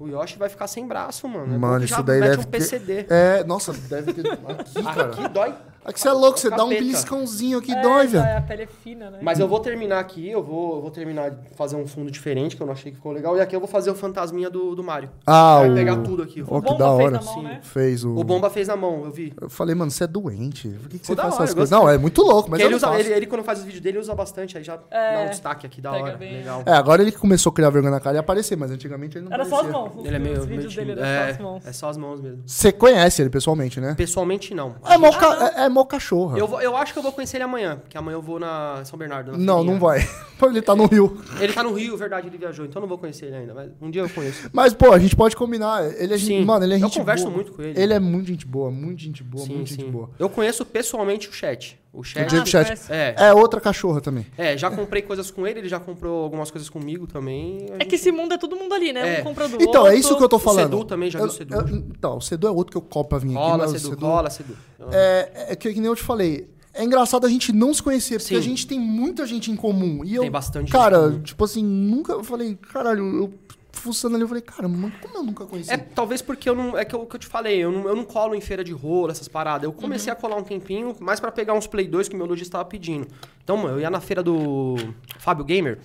O Yoshi vai ficar sem braço, mano. É bom Mano, que já isso daí mete deve um PCD. ter... É, nossa, deve ter... Aqui, Aqui cara. dói. Aqui você é louco, você dá um Capeta. beliscãozinho aqui, É, dói, já velho. é, A pele é fina, né? Mas eu vou terminar aqui, eu vou, eu vou terminar de fazer um fundo diferente, que eu não achei que ficou legal. E aqui eu vou fazer o fantasminha do, do Mario. Ah, Vai o- pegar tudo aqui. Ó, O que Bomba da fez hora. na mão, né? Fez o... O Bomba fez na mão, eu vi. Eu falei, mano, você é doente. Por que, que você Ficou da faz hora, essas eu coisas? gostei. Não, é muito louco, mas Porque eu ele, não usa, faço. ele, ele, quando faz os vídeos dele, usa bastante, aí já É. dá um destaque aqui da Pega hora. bem. Legal. É, agora ele que começou a criar vergonha na cara e aparecer, mas antigamente ele não Era só as aparecia. mãos. Os, Ele é meio. os meio vídeos dele tímido. eram só as é, mãos. é só as mãos mesmo. Você conhece ele pessoalmente, né? Pessoalmente, não. É mó, ca- é, é mó cachorra. Eu, vou- eu acho que eu vou conhecer ele amanhã, porque amanhã eu vou na São Bernardo. na Não, feirinha. não vai. Ele tá no Rio. Ele tá no Rio, verdade, ele viajou, então eu não vou conhecer ele ainda, mas um dia eu conheço. Mas, pô, a gente pode combinar. Ele é gente, Sim. mano, ele é Eu gente converso boa. muito com ele. Ele é muito gente boa, muito gente boa, Sim, muito sim. gente boa. Eu conheço pessoalmente o chat. O O chat. Diego Ah, Chat. parece- É, É outra cachorra também. é, já comprei coisas com ele, ele já comprou algumas coisas comigo também. É que esse mundo é todo mundo ali, né? É. Um compra do outro. Então, é isso que eu tô falando. Sedu também, já eu, viu o Sedu? eu- então, o Sedu é outro que eu copo pra vir aqui. Cola, mas o Sedu, cola, Sedu. É, é que, que nem eu te falei. É engraçado a gente não se conhecer, porque Sim. a gente tem muita gente em comum. E eu, Tem bastante gente Cara, em comum. tipo assim, nunca. Eu falei, caralho, eu fuçando ali, eu falei, cara, mano, como eu nunca conheci? É, talvez porque eu não. É que eu- que eu te falei, eu não, eu não colo em feira de rolo, essas paradas. Eu comecei Uhum. a colar um tempinho, mais pra pegar uns Play 2 que meu lojista tava pedindo. Então, mano, eu ia na feira do Fábio Gamer,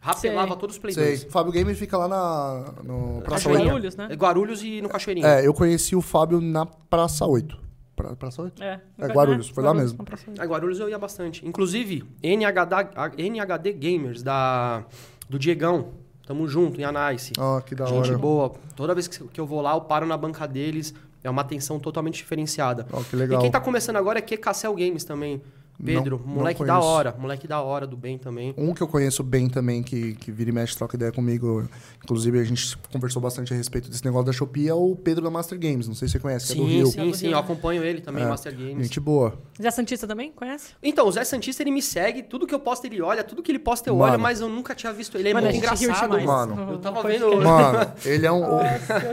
rapelava Sei. todos os Play Sei. 2. Fábio Gamer fica lá na. No, Praça Cachoeirinha. 8. Guarulhos, né? É, Guarulhos e no Cachoeirinha. É, eu conheci o Fábio na Praça 8. Pra, Praça 8? É, É, Guarulhos, foi lá mesmo. compra isso aí. A Guarulhos eu ia bastante. Inclusive, NHD, a- NHD Gamers, da, do Diegão. Tamo junto, em Anais. Ah, que da Gente hora. boa. Toda vez que que eu vou lá, eu paro na banca deles. É uma atenção totalmente diferenciada. Ó, que legal. E quem tá começando agora é Kcassel Games também. Pedro, Não- não moleque da conheço. hora. Moleque da hora, do bem também. Um que eu conheço bem também, que, que vira e mexe, troca ideia comigo. Inclusive, a gente conversou bastante a respeito desse negócio da Shopee, é o Pedro da Master Games. Não sei se você conhece, que é do Sim, Rio. É. É do sim, Rio, sim. Eu né? acompanho ele também, Master Games. Gente boa. Zé Santista também? Conhece? Então, o Zé Santista, ele me segue. Tudo que eu posto, ele olha. Tudo que ele posta, eu Mano. olho. Mas eu nunca tinha visto ele. É Mano, muito a gente riu engraçado. demais. Uhum. mano. Eu tava Não vendo... pode Mano, ele é um.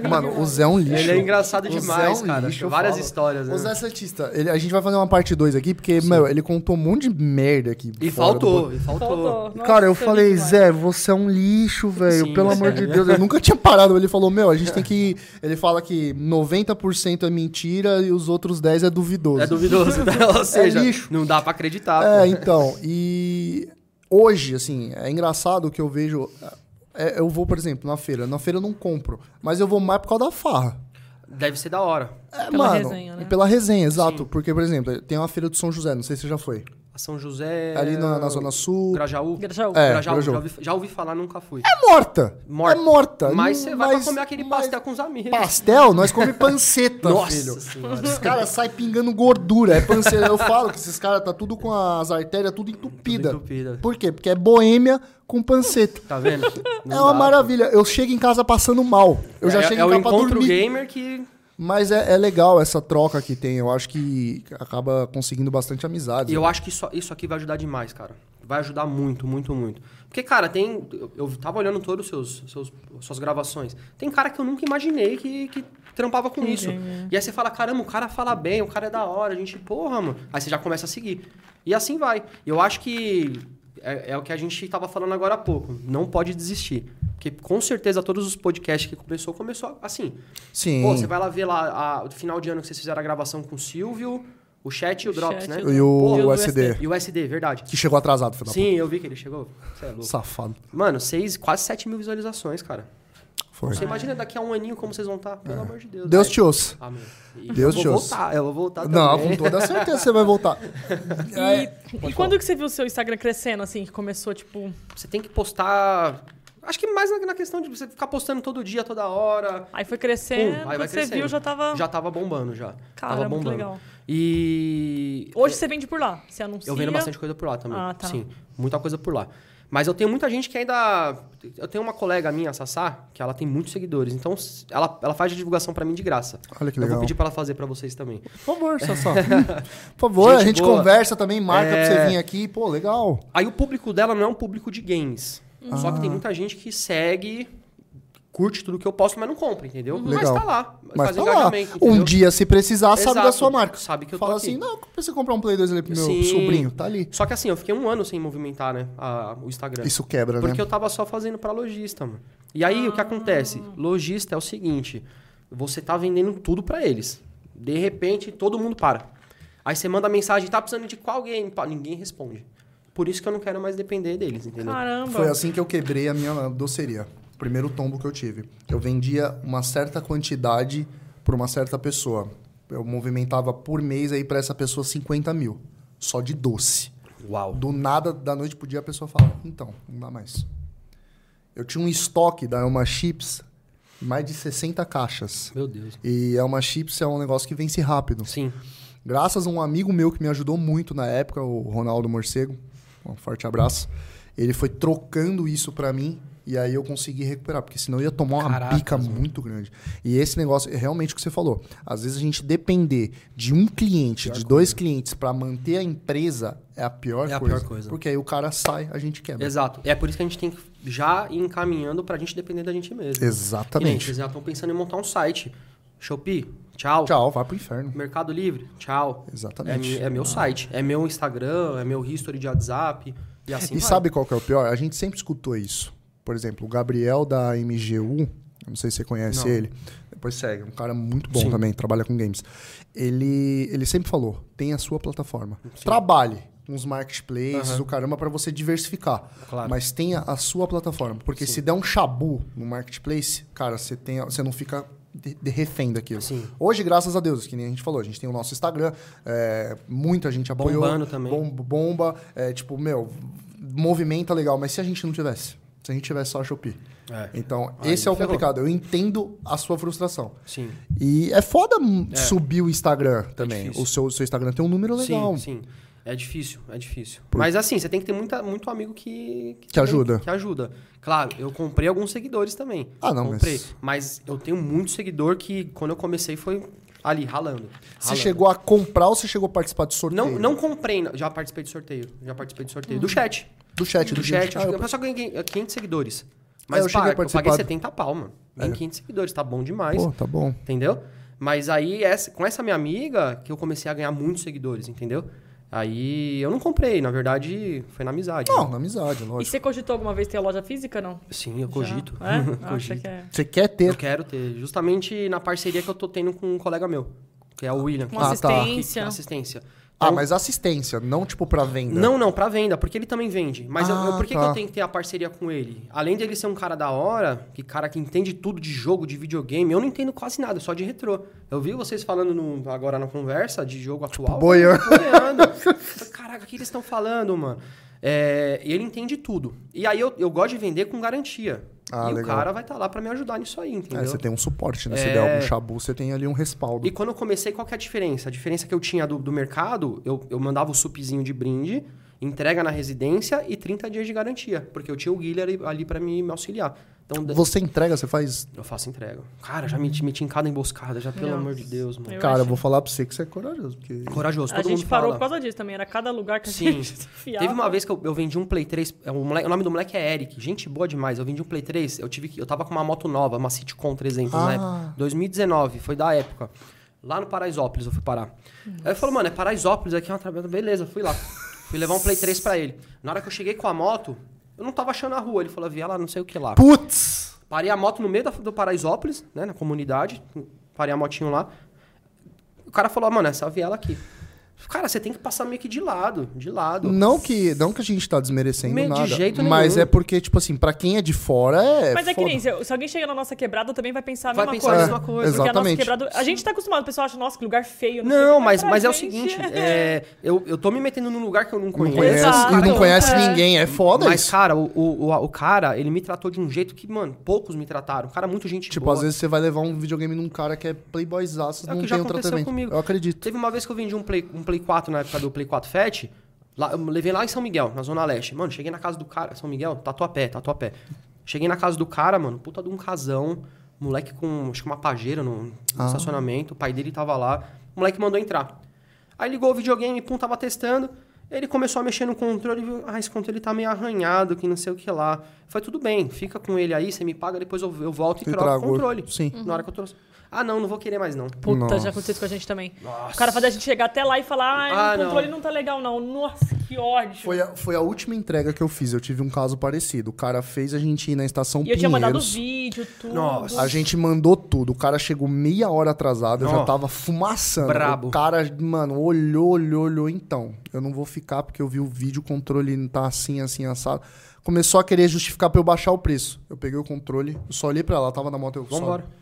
mano, o Zé é um lixo. Ele é engraçado O Zé é um demais, cara. lixo, eu Várias falo. histórias, né? O Zé Santista, ele- a gente vai fazer uma parte 2 aqui, porque, meu, ele contou um monte de merda aqui. fora é E do faltou, e faltou. Faltou. Nossa, Cara, eu foi falei, demais. Zé, você é um lixo, velho. Sim, Pelo sim. amor de Deus. Eu nunca tinha parado. Ele falou, meu, a gente tem que. Ele fala que 90% é mentira e os outros 10% é duvidoso. É duvidoso, né? Ou seja, lixo. não dá pra acreditar. É, pô. então. E hoje, assim, é engraçado que eu vejo. é, eu vou, por exemplo, na feira. Na feira eu não compro, mas eu vou mais por causa da farra. Deve ser da hora. É, Pela mano. resenha, né? e Pela resenha, exato. Porque, por exemplo, tem uma feira do São José, não sei se você já foi. A São José. Ali na, na Zona Sul. Grajaú. Grajaú. É, Grajaú. Grajaú. Já ouvi, já ouvi falar, nunca fui. É morta. Morta. É morta. Mas Não- você vai pra mas- comer aquele mas- pastel com os amigos. Pastel, nós comemos panceta, Nossa filho. senhora. Os caras saem pingando gordura. É panceta. Eu falo que esses caras tá tudo com as artérias tudo entupida. Tudo entupida. Por quê? Porque é boêmia com panceta. Tá vendo? Não é uma dá, maravilha. Eu chego em casa passando mal. Eu pô. já é, chego é em o casa pra encontro dormir. gamer que. Mas é, é legal essa troca que tem. Eu acho que acaba conseguindo bastante amizade. E eu acho que isso, isso aqui vai ajudar demais, cara. Vai ajudar muito, muito, muito. Porque, cara, tem. Eu, eu tava olhando todas seus, seus, suas gravações. Tem cara que eu nunca imaginei que, que trampava com isso. E aí você fala, caramba, o cara fala bem, o cara é da hora, a gente, porra, mano. Aí você já começa a seguir. E assim vai. E eu acho que é, é o que a gente tava falando agora há pouco. Não pode desistir. Porque com certeza todos os podcasts que começou, começou assim. Sim. Pô, você vai lá ver lá a- o final de ano que vocês fizeram a gravação com o Silvio, o Chat e o Drops, Chat né? e E o Pô, do SD, E o SD, verdade. que chegou atrasado, filho da Sim, eu vi que ele chegou. Você puta. é louco. Safado. Mano, seis, quase 7 mil visualizações, cara. Foi. Você imagina daqui a um aninho como vocês vão estar? Pelo amor de Deus. É. Deus velho. te ouça. Amém. E Deus eu te vou ouça. voltar, eu vou voltar Não, também. com toda certeza você vai voltar. É, E, e quando que você viu o seu Instagram crescendo, assim, que começou, tipo... Você tem que postar... Acho que mais na, na questão de você ficar postando todo dia, toda hora. Aí foi Pum, crescendo, aí quando vai você crescendo. viu, já tava... Já tava bombando, já. Cara, tava muito bombando. legal. E... Hoje você vende por lá, você anuncia... Eu vendo bastante coisa por lá também. Ah, tá. Sim, muita coisa por lá. Mas eu tenho muita gente que ainda. Eu tenho uma colega minha, a Sassá, que ela tem muitos seguidores. Então, s- ela, ela faz a divulgação pra mim de graça. Olha que Eu legal. vou pedir pra ela fazer pra vocês também. Por favor, Sassá. Por favor, Gente a gente boa. conversa também, marca É. pra você vir aqui. Pô, legal. Aí o público dela não é um público de games. Uhum. Só Ah. que tem muita gente que segue, curte tudo que eu posto, mas não compra, entendeu? Uhum. Mas Legal. tá lá. Mas faz tá lá. engajamento. Um entendeu? dia, se precisar, sabe Exato. da sua marca. Sabe que eu tô Fala aqui. assim, não, precisa comprar um Play 2 ali pro meu Sim. sobrinho. Tá ali. Só que assim, eu fiquei um ano sem movimentar, né? a- o Instagram. Isso quebra, Porque né? eu tava só fazendo pra lojista, mano. E aí o que acontece? Lojista é o seguinte: você tá vendendo tudo pra eles. De repente, todo mundo para. Aí você manda mensagem, tá precisando de qual game? Pá, Ninguém responde. Por isso que eu não quero mais depender deles, entendeu? Caramba. Foi assim que eu quebrei a minha doceria. Primeiro tombo que eu tive. Eu vendia uma certa quantidade pra uma certa pessoa. Eu movimentava por mês aí pra essa pessoa 50 mil. Só de doce. Uau. Do nada, da noite pro dia, a pessoa fala, então, não dá mais. Eu tinha um estoque da Elma Chips, mais de 60 caixas. Meu Deus. E Elma Chips é um negócio que vence rápido. Sim. Graças a um amigo meu que me ajudou muito na época, o Ronaldo Morcego. Um forte abraço. Ele foi trocando isso pra mim e aí eu consegui recuperar, porque senão eu ia tomar uma Caracas, pica mano. muito grande. E esse negócio é realmente o que você falou. Às vezes a gente depender de um cliente, de dois clientes pra manter a empresa é a pior É a coisa. pior coisa. Porque aí o cara sai, a gente quebra. Exato. É por isso que a gente tem que já ir encaminhando pra gente depender da gente mesmo. Que nem Exatamente. Vocês já estão pensando em montar um site. Shopee, tchau. Tchau, vai pro inferno. Mercado Livre, tchau. É, Exatamente. mi- é meu site, é meu Instagram, é meu history de WhatsApp e assim e vai. sabe qual que é o pior? A gente sempre escutou isso. Por exemplo, o Gabriel da MGU, eu não sei se você conhece Não. ele. Depois segue, é um cara muito bom Sim. também, trabalha com games. Ele, ele sempre falou: tem a sua plataforma. Trabalhe com os marketplaces, o caramba, para você diversificar. Claro. Mas tenha a sua plataforma. Porque se der um chabu no marketplace, cara, você, tem, a- você não fica de, de refém daquilo. Sim. Hoje, graças a Deus, que nem a gente falou, a gente tem o nosso Instagram, é, muita gente apoiou. Bombando também. bom- bomba, é, tipo, meu, movimenta legal, mas se a gente não tivesse? Se a gente tivesse só a Shopee? É. Então, Aí esse é o ferrou. complicado. Eu entendo a sua frustração. Sim. E é foda m- subir o Instagram também. É difícil. o seu, seu Instagram tem um número legal. Sim, sim. É difícil, é difícil. Mas assim, você tem que ter muita, muito amigo que... Que, Te ajuda. Que, ajuda. Claro, eu comprei alguns seguidores também. Ah, não, mas- comprei. Mas... eu tenho muito seguidor que quando eu comecei foi ali, ralando. Você ralando. chegou a comprar ou você chegou a participar de sorteio? Não, não comprei, não. já participei do sorteio. Já participei do sorteio. Do chat. Do chat, do, Do chat. é Ah, Eu, eu- só ganhei 500 seguidores. É, Mas eu eu, cheguei a eu paguei participar. É. 70 pau, mano. Ganhei 500 seguidores, tá bom demais. Pô, tá bom. Entendeu? Mas aí, essa- com essa minha amiga, que eu comecei a ganhar muitos seguidores, entendeu? Aí eu não comprei, na verdade, foi na amizade. Não, na amizade, E lógico. você cogitou alguma vez ter a loja física, não? Sim, eu cogito. Já? É? Acha cogito. que é... Você quer ter. Eu quero ter, justamente na parceria que eu tô tendo com um colega meu, que é o William. que- Com Ah, tá. assistência. que- assistência. Ah, Então, mas assistência, não tipo pra venda. Não, não, pra venda, porque ele também vende. Mas eu- eu- Ah, por que, tá. que eu tenho que ter a parceria com ele? Além dele ser um cara da hora, que cara que entende tudo de jogo, de videogame, eu não entendo quase nada, só de retrô. Eu vi vocês falando no- agora na conversa de jogo atual. boiando. boiando. Caraca, o que eles estão falando, mano? É, e ele entende tudo. E aí eu, eu gosto de vender com garantia. Ah, e legal. o cara vai estar lá pra me ajudar nisso aí, entendeu? É, você tem um suporte, né? Se É. der algum chabu, você tem ali um respaldo. E quando eu comecei, qual que é a diferença? A diferença que eu tinha do, do mercado, eu, eu mandava o supzinho de brinde, entrega na residência e 30 dias de garantia. Porque eu tinha o Guilherme ali pra me, me auxiliar. Então, de- Você entrega, você faz. eu faço entrega. Cara, já meti, meti em cada emboscada, já, pelo Nossa. amor de Deus, mano. Eu Cara, eu acho- vou falar pra você que você é corajoso. Porque... Corajoso, A todo gente mundo parou fala. por causa disso também. Era cada lugar que a Sim. gente se enfiava. Teve uma vez que eu, eu vendi um Play 3. é, O, moleque- o nome do moleque é Eric. Gente boa demais. Eu vendi um Play 3. Eu, tive que, eu tava com uma moto nova, uma Citicon 300 Ah. na época. 2019, foi da época. Lá no Paraisópolis eu fui parar. Aí eu falei, mano, é Paraisópolis aqui, é uma tra- beleza, fui lá. Fui levar um Play 3 pra ele. Na hora que eu cheguei com a moto, eu não tava achando a rua. Ele falou, viela, não sei o que lá. Putz! Parei a moto no meio da- do Paraisópolis, né, na comunidade. Parei a motinho lá. O cara falou, "Ah, mano, essa viela aqui. Cara, você tem que passar meio que de lado, de lado. Não que, não que a gente tá desmerecendo Me- de nada. jeito mas nenhum. é porque, tipo assim, pra quem é de fora é. Mas é que foda. É, nem se, se alguém chega na nossa quebrada, também vai pensar a Vai mesma pensar a coisa. mesma coisa. Porque a nossa Exatamente. quebrada. A gente tá acostumado, o pessoal acha, nossa, que lugar feio. Não, sei o Não, quê, mas, pra mas é o gente- seguinte, é, eu, eu tô me metendo num lugar que eu não Não conheço. conhece, Exato. e não conhece É. ninguém, é foda Mas, isso. cara, o, o, o- o cara, ele me tratou de um jeito que, mano, poucos me trataram. O cara, é muito gente Tipo, boa. às vezes você vai levar um videogame num cara que é playboyzaço, É o não que já tem o aconteceu tratamento. comigo. Eu acredito. Teve uma vez que eu vendi um Play, um Play 4 na época do Play 4 Fat. Lá, eu levei lá em São Miguel, na Zona Leste. Mano, cheguei na casa do cara. São Miguel, tatuapé, tatuapé. Cheguei na casa do cara, mano, puta de um casão. Moleque com, acho que uma pajeira no, no Ah. estacionamento. O pai dele tava lá. O moleque mandou entrar. Aí ligou o videogame, pum, tava testando. Ele começou a mexer no controle e viu, ah, esse controle tá meio arranhado, que não sei o que lá. Foi tudo bem, fica com ele aí, você me paga, depois eu, eu volto e Eu troco trago. o controle. Sim. Na hora que eu trouxe. Ah, não, não vou querer mais, não. Puta, Nossa. já aconteceu isso com a gente também. Nossa. O cara fazia a gente chegar até lá e falar, ah, Ah, o controle não. não. tá legal, não. Nossa, que ódio. Foi a, foi a última entrega que eu fiz. Eu tive um caso parecido. O cara fez a gente ir na estação E eu tinha mandado Pinheiros. vídeo, tudo. Nossa. A gente mandou tudo. O cara chegou meia hora atrasado, eu já Ó. tava fumaçando. Brabo. O cara, mano, olhou, olhou, olhou. Então, eu não vou ficar porque eu vi o vídeo, o controle não tá assim, assim, assado. Começou a querer justificar pra eu baixar o preço. Eu peguei o controle, eu só olhei pra lá, tava na moto, eu sobe. Vambora.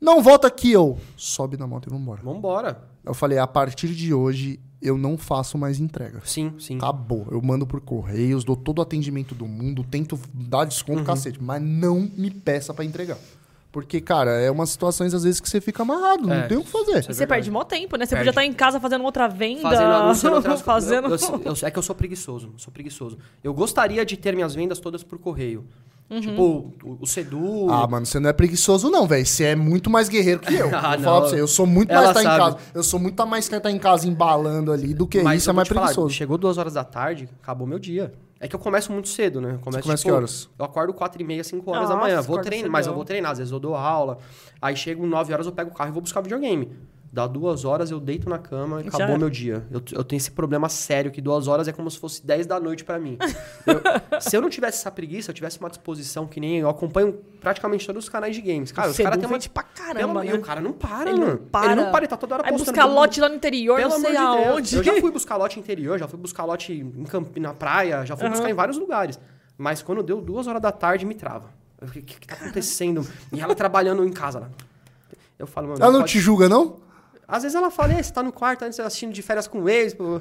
Não, volta aqui, eu. Sobe na moto e vambora. Vambora. Eu falei, a partir de hoje, eu não faço mais entrega. Sim, sim. Acabou. Eu mando por correios, Uhum. dou todo o atendimento do mundo, tento dar desconto, cacete. Mas não me peça pra entregar. Porque, cara, é umas situações às vezes que você fica amarrado, É, não tem o que fazer. isso E é você verdade. perde mó tempo, né? Você Perde. podia estar em casa fazendo outra venda. Fazendo anúncio, eu não traço- fazendo... eu- eu- eu- é que eu sou preguiçoso, sou preguiçoso. Eu gostaria de ter minhas vendas todas por correio. Tipo, o, o Sedu... Ah, mano, você não é preguiçoso, não, velho. Você é muito mais guerreiro que eu. Vou Ah, falar não. pra você, eu sou muito Ela mais tá em sabe. casa. Eu sou muito mais que tá em casa embalando ali do que mas isso, eu é vou mais te falar, preguiçoso. chegou duas horas da tarde, acabou meu dia. É que eu começo muito cedo, né? Eu começo, começa tipo, que horas? Eu acordo 4 e meia, 5 horas da Nossa, manhã. Vou acorda treinar, cedão. mas eu vou treinar. Às vezes eu dou aula. Aí chego 9 horas, eu pego o carro e vou buscar videogame. Dá duas horas, eu deito na cama e Já acabou era. meu dia. Eu, eu tenho esse problema sério, que duas horas é como se fosse 10 da noite pra mim. Eu- se eu não tivesse essa preguiça, eu tivesse uma disposição que nem... Eu acompanho praticamente todos os canais de games. Cara, os Cedo caras têm uma... vende é pra caramba, né? Pelo- E o cara não para, Ele não mano. para. Ele não para, ele tá toda hora Aí postando. buscar Pelo- lote lá no interior, pelo não amor sei de Deus, aonde. eu já fui buscar lote interior, já fui buscar lote em Camp... na praia, já fui buscar em vários lugares. Mas quando deu duas horas da tarde, me trava. Eu fiquei, O que, que tá acontecendo? e ela trabalhando em casa. Né? Eu falo, mano. Ela não pode- te julga, não? Às vezes ela fala, "Ei, você tá no quarto, antes assistindo de férias com o ex. pô."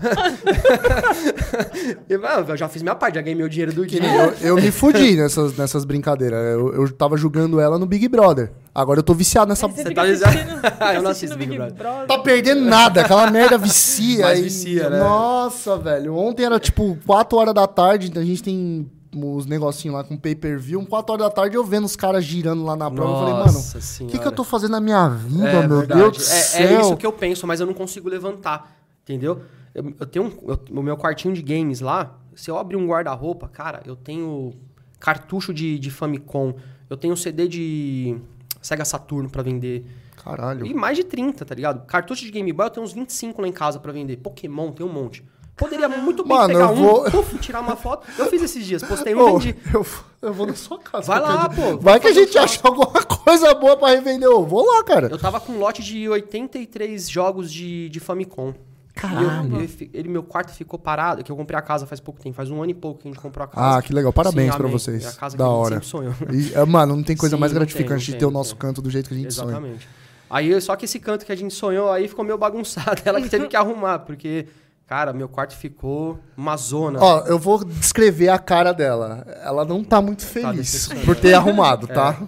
eu, "Ah, eu já fiz minha parte, já ganhei meu dinheiro do Que dia. nem eu, eu me fudi nessas, nessas brincadeiras. Eu, eu tava julgando ela no Big Brother. Agora eu tô viciado nessa. Você Você fica tá assistindo, dizendo- fica Eu assistindo não assisto Big Big Brother. Tá perdendo nada, aquela merda vicia. Mas e- vicia, né? Nossa, velho. Ontem era tipo 4 horas da tarde, então a gente tem uns negocinhos lá com pay-per-view. 4 horas da tarde eu vendo os caras girando lá na prova. eu falei, mano, Nossa o senhora. que, que eu tô fazendo na minha vida, É, meu verdade. Deus do é, céu? é isso que eu penso, mas eu não consigo levantar, entendeu? Eu, eu tenho um, eu- o meu quartinho de games lá, se eu abrir um guarda-roupa, cara, eu tenho cartucho de, de Famicom, eu tenho CD de Sega Saturno pra vender. Caralho. E mais de 30, tá ligado? Cartucho de Game Boy eu tenho uns 25 lá em casa pra vender. Pokémon, tem um monte. Poderia muito bem Mano, pegar eu um, vou- puf, tirar uma foto. Eu fiz esses dias, postei um, Ô, vendi. eu, eu vou na sua casa. Vai lá, qualquer dia. pô. Vai que a Fazer um gente acha alguma coisa boa pra revender. Eu vou lá, cara. Eu tava com um lote de 83 jogos de, de Famicom. Caralho. E eu- eu fi- ele, meu quarto ficou parado, que eu comprei a casa faz pouco tempo, faz um ano e pouco que a gente comprou a casa. Ah, que legal. Parabéns Sim, pra amém. vocês. É a casa que da a gente hora. sempre sonhou. E, é, mano, não tem coisa Sim, mais não tem, gratificante não de tem, ter o não nosso tem. canto do jeito que a gente sonha. Exatamente. Aí, só que esse canto que a gente sonhou aí ficou meio bagunçado. Ela que teve que arrumar, porque, cara, meu quarto ficou uma zona. Ó, eu vou descrever a cara dela. Ela não tá muito feliz decepcionada. É. por ter arrumado, tá?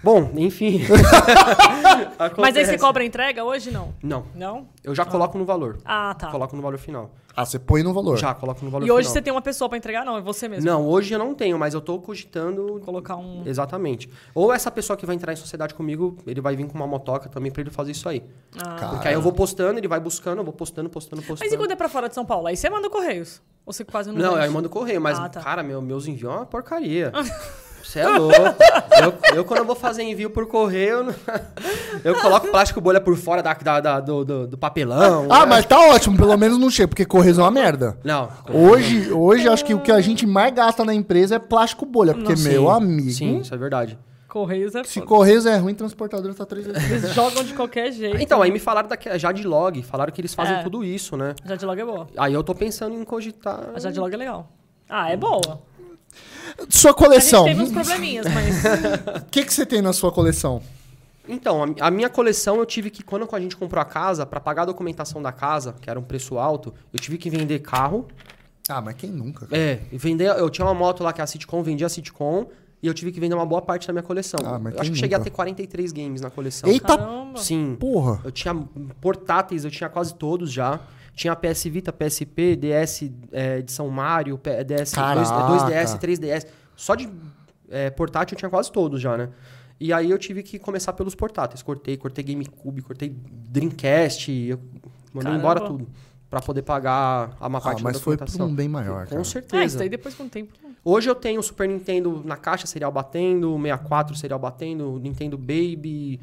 Bom, enfim. Mas aí você Acontece. cobra a entrega hoje, não? Não, Não? eu já coloco no valor. Ah, tá. Coloco no valor final. Ah, você põe no valor. Já, coloco no valor E final. hoje você tem uma pessoa pra entregar? Não, é você mesmo. Não, hoje eu não tenho, mas eu tô cogitando Colocar um... Exatamente. Ou essa pessoa que vai entrar em sociedade comigo, ele vai vir com uma motoca também pra ele fazer isso aí. Ah. Cara, Porque aí eu vou postando, ele vai buscando, eu vou postando, postando, postando. Mas e quando é pra fora de São Paulo? Aí você manda correios. Ou você quase não Não, vende? aí eu mando correio, mas, Ah, tá. cara, meu, meus envios é uma porcaria. Você é louco. Eu, eu, quando eu vou fazer envio por correio, eu não- eu coloco plástico bolha por fora da, da- da- do, do- do papelão. Ah, mas tá ótimo, pelo menos não chega, porque correio é uma merda. Não. Hoje, hoje acho que o que a gente mais gasta na empresa é plástico bolha, porque, Sim, meu amigo, Sim, isso é verdade. Correios é se foda. Correios é ruim, transportador tá três vezes. Eles jogam de qualquer jeito. Então, aí me falaram da Jadlog, falaram que eles fazem É. tudo isso, né? A Jade Log é boa. Aí eu tô pensando em cogitar. A Jade Log é legal. Ah, é boa. Sua A gente coleção. teve uns probleminhas, mas... O que, que você tem na sua coleção? Então, a, a minha coleção eu tive que, quando a gente comprou a casa, pra pagar a documentação da casa, que era um preço alto, eu tive que vender carro. Ah, mas quem nunca? cara? É, e vender. Eu tinha uma moto lá que é a Sitcom, vendi a Sitcom. E eu tive que vender uma boa parte da minha coleção. Ah, mas eu acho quem que cheguei a nunca? ter 43 games na coleção. Eita Caramba. Sim. porra. Eu tinha portáteis, eu tinha quase todos já. Tinha PS Vita, PSP, DS é, de São Mário, P- DS, dois- Caraca. 2DS, 3DS. Só de é, portátil eu tinha quase todos já, né? E aí eu tive que começar pelos portáteis. Cortei, cortei GameCube, cortei Dreamcast, eu mandei Caramba. embora tudo. Pra poder pagar a uma Ah, parte da mas foi por documentação. um bem maior, cara. Com ah, isso certeza. daí depois com o tempo... Hoje eu tenho o Super Nintendo na caixa, serial batendo, 64 serial batendo, Nintendo Baby,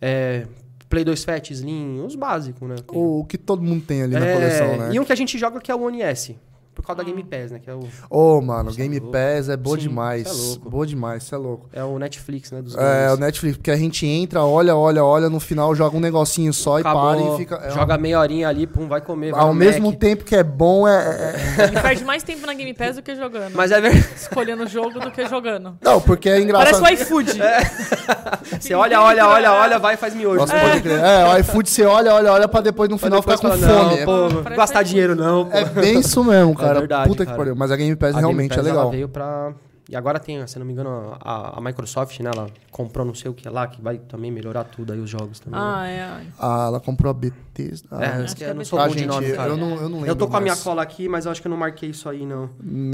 é, Play 2 Fat Slim, os básicos, né? O que todo mundo tem ali na É, coleção, né? E um que a gente joga que é o One S, por causa da Game Pass, né? Que é o, Ô, mano, Game louco. Pass é boa Sim, demais. cê é louco. Boa demais, você é louco. é o Netflix, né? Dos É, o games. Netflix, porque a gente entra, olha, olha, olha, no final joga um negocinho só Acabou, e para e fica. é, joga meia horinha ali, pum, vai comer. vai ao no mesmo Mac. tempo que é bom, é. é- Ele perde mais tempo na Game Pass do que jogando. Mas é verdade. Escolhendo o jogo do que jogando. Não, porque é Parece engraçado. o iFood. Você olha, olha, olha, olha, vai e faz miojo. Nossa, pode crer. É, o iFood você olha, olha, olha, pra depois no Pra final ficar depois com falar, fome. É- Não, pô, Parece gastar iFood. dinheiro não, pô. É bem isso mesmo, cara. verdade, Puta que cara. pariu. Mas a Game Pass A Game realmente Pass, é Ela legal. veio pra E agora tem, se não me engano, a, a Microsoft, né? Ela comprou não sei o que lá, que vai também melhorar tudo aí os jogos também. né? Ah, é. ai. Ah, ela comprou a BT. Ah, É, eu acho que eu é não bem- sou Ah, bom de gente, nome, cara. eu não, eu não lembro. Eu tô com a minha mais. cola aqui, mas eu acho que eu não marquei isso aí, não.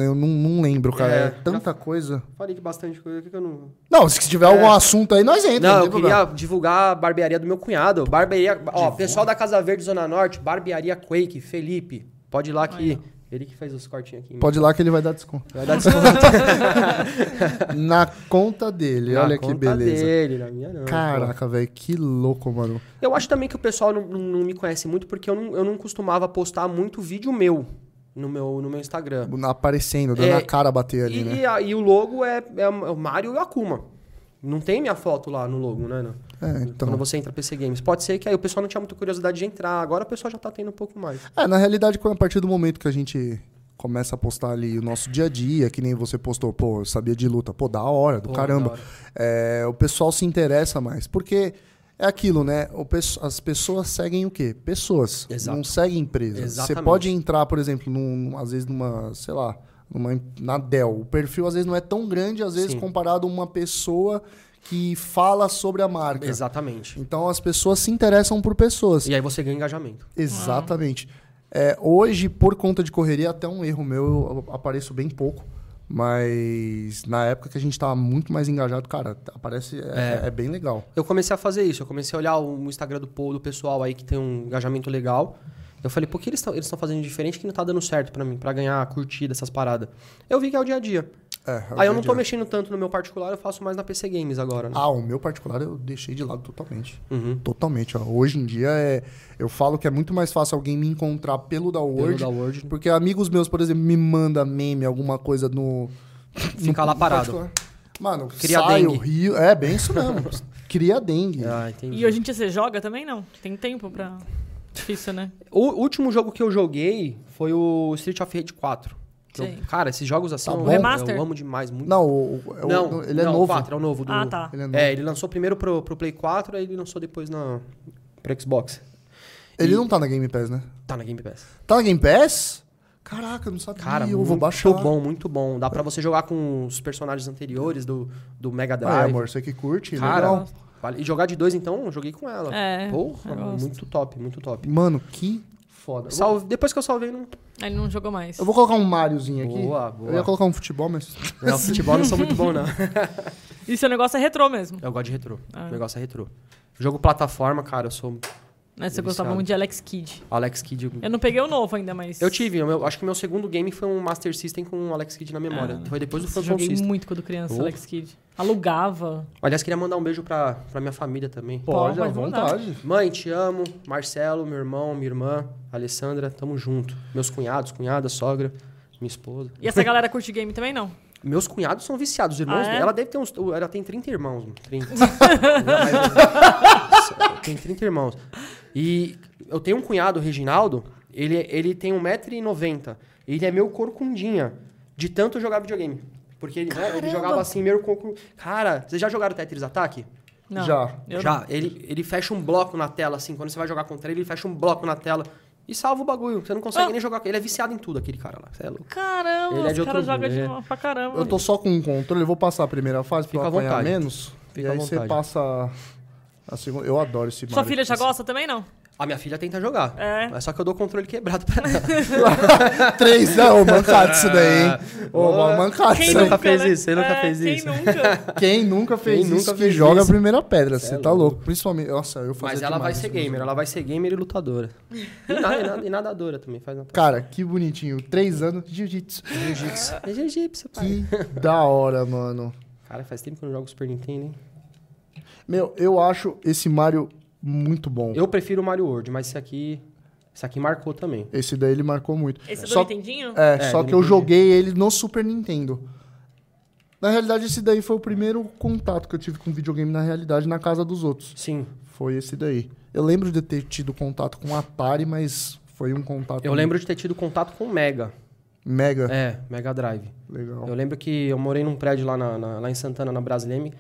Eu não, não lembro, cara. É, É, tanta coisa. Falei que bastante coisa aqui que eu não. Não, se tiver algum assunto aí, nós entramos. É. Não, tem eu problema. queria divulgar a barbearia do meu cunhado. Barbearia. Ó, pessoal da Casa Verde, Zona Norte, barbearia Quake, Felipe. Pode ir lá que. ele que fez os cortinhos aqui. Pode ir lá que ele vai dar desconto. Vai dar desconto Na conta dele, na olha que Ah, conta beleza. Dele, na minha não. Caraca, velho, que louco, mano. Eu acho também que o pessoal não, não- não me conhece muito porque eu não, eu não costumava postar muito vídeo meu no meu, no meu Instagram. Aparecendo, dando É, a cara a bater ali, E, né? e a- e o logo é, é o Mario e o Akuma. Não tem minha foto lá no logo, né? Não. É, Quando então. você entra PC Games. Pode ser que aí o pessoal não tinha muita curiosidade de entrar. Agora o pessoal já tá tendo um pouco mais. É, na realidade, quando- a partir do momento que a gente começa a postar ali o nosso dia a dia, que nem você postou, pô, eu sabia de luta, pô, da hora, do Pô, caramba. da hora. É, o pessoal se interessa mais, porque é aquilo, né? O pesso- as pessoas seguem o quê? Pessoas, Exato. não seguem empresas. Você Exatamente. pode entrar, por exemplo, num, às vezes numa, sei lá, numa, na Dell. O perfil às vezes não é tão grande, às vezes Sim. comparado a uma pessoa que fala sobre a marca. Exatamente. Então as pessoas se interessam por pessoas. E aí você ganha engajamento. Exatamente. É, hoje, por conta de correria, até um erro meu, eu apareço bem pouco. Mas na época que a gente tava muito mais engajado, cara, aparece. É, é bem legal. Eu comecei a fazer isso. Eu comecei a olhar o o Instagram do povo, do pessoal aí que tem um engajamento legal. Eu falei, por que eles estão eles tão fazendo diferente que não tá dando certo pra mim, pra ganhar curtida, essas paradas? Eu vi que é o dia a dia. É, é o aí eu não dia tô a dia. mexendo tanto no meu particular, eu faço mais na PC Games agora, né? Ah, o meu particular eu deixei de lado totalmente. Uhum. Totalmente. ó. Hoje em dia é. Eu falo que é muito mais fácil alguém me encontrar pelo da Word. da Word. né? Porque amigos meus, por exemplo, me manda meme, alguma coisa no. Fica lá parado. particular. Mano, Cria Cria saio, dengue. rio. É, bem isso mesmo. Cria dengue. Ah, entendi. E hoje em dia você joga também? Não. Tem tempo pra. Difícil, né? O último jogo que eu joguei foi o Street of Rage 4. Que eu- Sim. cara, esses jogos assim, Tá eu, bom. eu Remaster? amo demais. Muito. Não, o- o- é o- não, no- ele é não, novo. O 4 é o novo do... Ah, tá. Ele é novo. É, ele lançou primeiro pro, pro Play 4, aí ele lançou depois na, pro Xbox. Ele não tá na Game Pass, né? Tá na Game Pass. Tá na Game Pass? Caraca, eu não sabia. Cara, eu muito vou baixar. Ah, bom, muito bom. Dá pra você jogar com os personagens anteriores do, do Mega Ah, Drive. amor, você que curte, Cara, legal. vale- e jogar de dois, então, eu joguei com ela. É, Porra, eu gosto. muito top, muito top. Mano, que foda. Eu vou- Salve, depois que eu salvei, não... Aí ele não jogou mais. Eu vou colocar um Mariozinho aqui. Boa, boa. Eu ia colocar um futebol, mas. não futebol eu não sou muito bom, não. E seu negócio é retrô mesmo. Eu gosto de retrô. Ah. O negócio é retrô. Jogo plataforma, cara, eu sou Né? Você Viciado. gostava muito de Alex Kidd. Alex Kidd. Eu, Eu não peguei o novo ainda, mas. tive, eu, acho que meu segundo game foi um Master System com o Alex Kidd na memória. foi depois do Nossa, Phantom Ah, joguei System. muito quando criança, Oh. Alex Kidd. Alugava. Aliás, queria mandar um beijo pra, pra minha família também. Pode, à pode mandar. vontade. Mãe, te amo. Marcelo, meu irmão, minha irmã, Alessandra, tamo junto. Meus cunhados, cunhada, sogra, minha esposa. E essa galera curte game também, não? Meus cunhados são viciados, os irmãos. Ah, é? Ela deve ter uns. Ela tem 30 irmãos, mano. 30. Mas- tem 30 irmãos. E eu tenho um cunhado, o Reginaldo, ele, ele tem 1,90m. Ele é meu corcundinha, de tanto jogar videogame. Porque ele, né, ele jogava assim, meio corcun... Cara, vocês já jogaram Tetris Ataque? Não. Já. Eu Já, ele, ele fecha um bloco na tela, assim, quando você vai jogar contra ele, ele fecha um bloco na tela e salva o bagulho. Você não consegue Ah. nem jogar com ele. Ele é viciado em tudo, aquele cara lá. Você é louco. Caramba, Ele é de os caras outro jogam mundo, de é. uma pra caramba. Eu tô só com um controle, eu vou passar a primeira fase pra eu Fica à apanhar vontade. menos. e Fica à aí você vontade. passa a segunda. Eu adoro esse Sua Mario. filha assim. já gosta também, não? A minha filha tenta jogar. É. Mas só que eu dou o controle quebrado pra ela. Três, né? Ô, mancado isso daí, hein? Ô, Boa. mancado. Quem isso aí. nunca fez isso? Ah, Você nunca fez né? É, quem isso? Nunca? Quem nunca fez Quem isso nunca que fez joga a isso? primeira pedra. Você Cê é tá louco. louco. Principalmente. Nossa, eu fazia Mas ela vai demais ser isso com meus gamer, ela vai ser gamer e lutadora. E, na- e na- e nadadora também, faz natação. Cara, que bonitinho. Três anos de jiu-jitsu. Jiu-jitsu. É jiu-jitsu, pai. Que da hora, mano. Cara, faz tempo que eu não jogo Super Nintendo, hein? Meu, eu acho esse Mario muito bom. Eu prefiro o Mario World, mas esse aqui. Esse aqui marcou também. Esse daí ele marcou muito. Esse só, do Nintendinho? é, É, só do que eu Nintendo. joguei ele no Super Nintendo. Na realidade, esse daí foi o primeiro contato que eu tive com videogame na realidade na casa dos outros. Sim. Foi esse daí. Eu lembro de ter tido contato com Atari, mas foi um contato Eu lembro de ter tido contato com o Mega. mega É, Mega Drive. legal. Eu lembro que eu morei num prédio lá, na- na- lá em Santana, na Brasileme.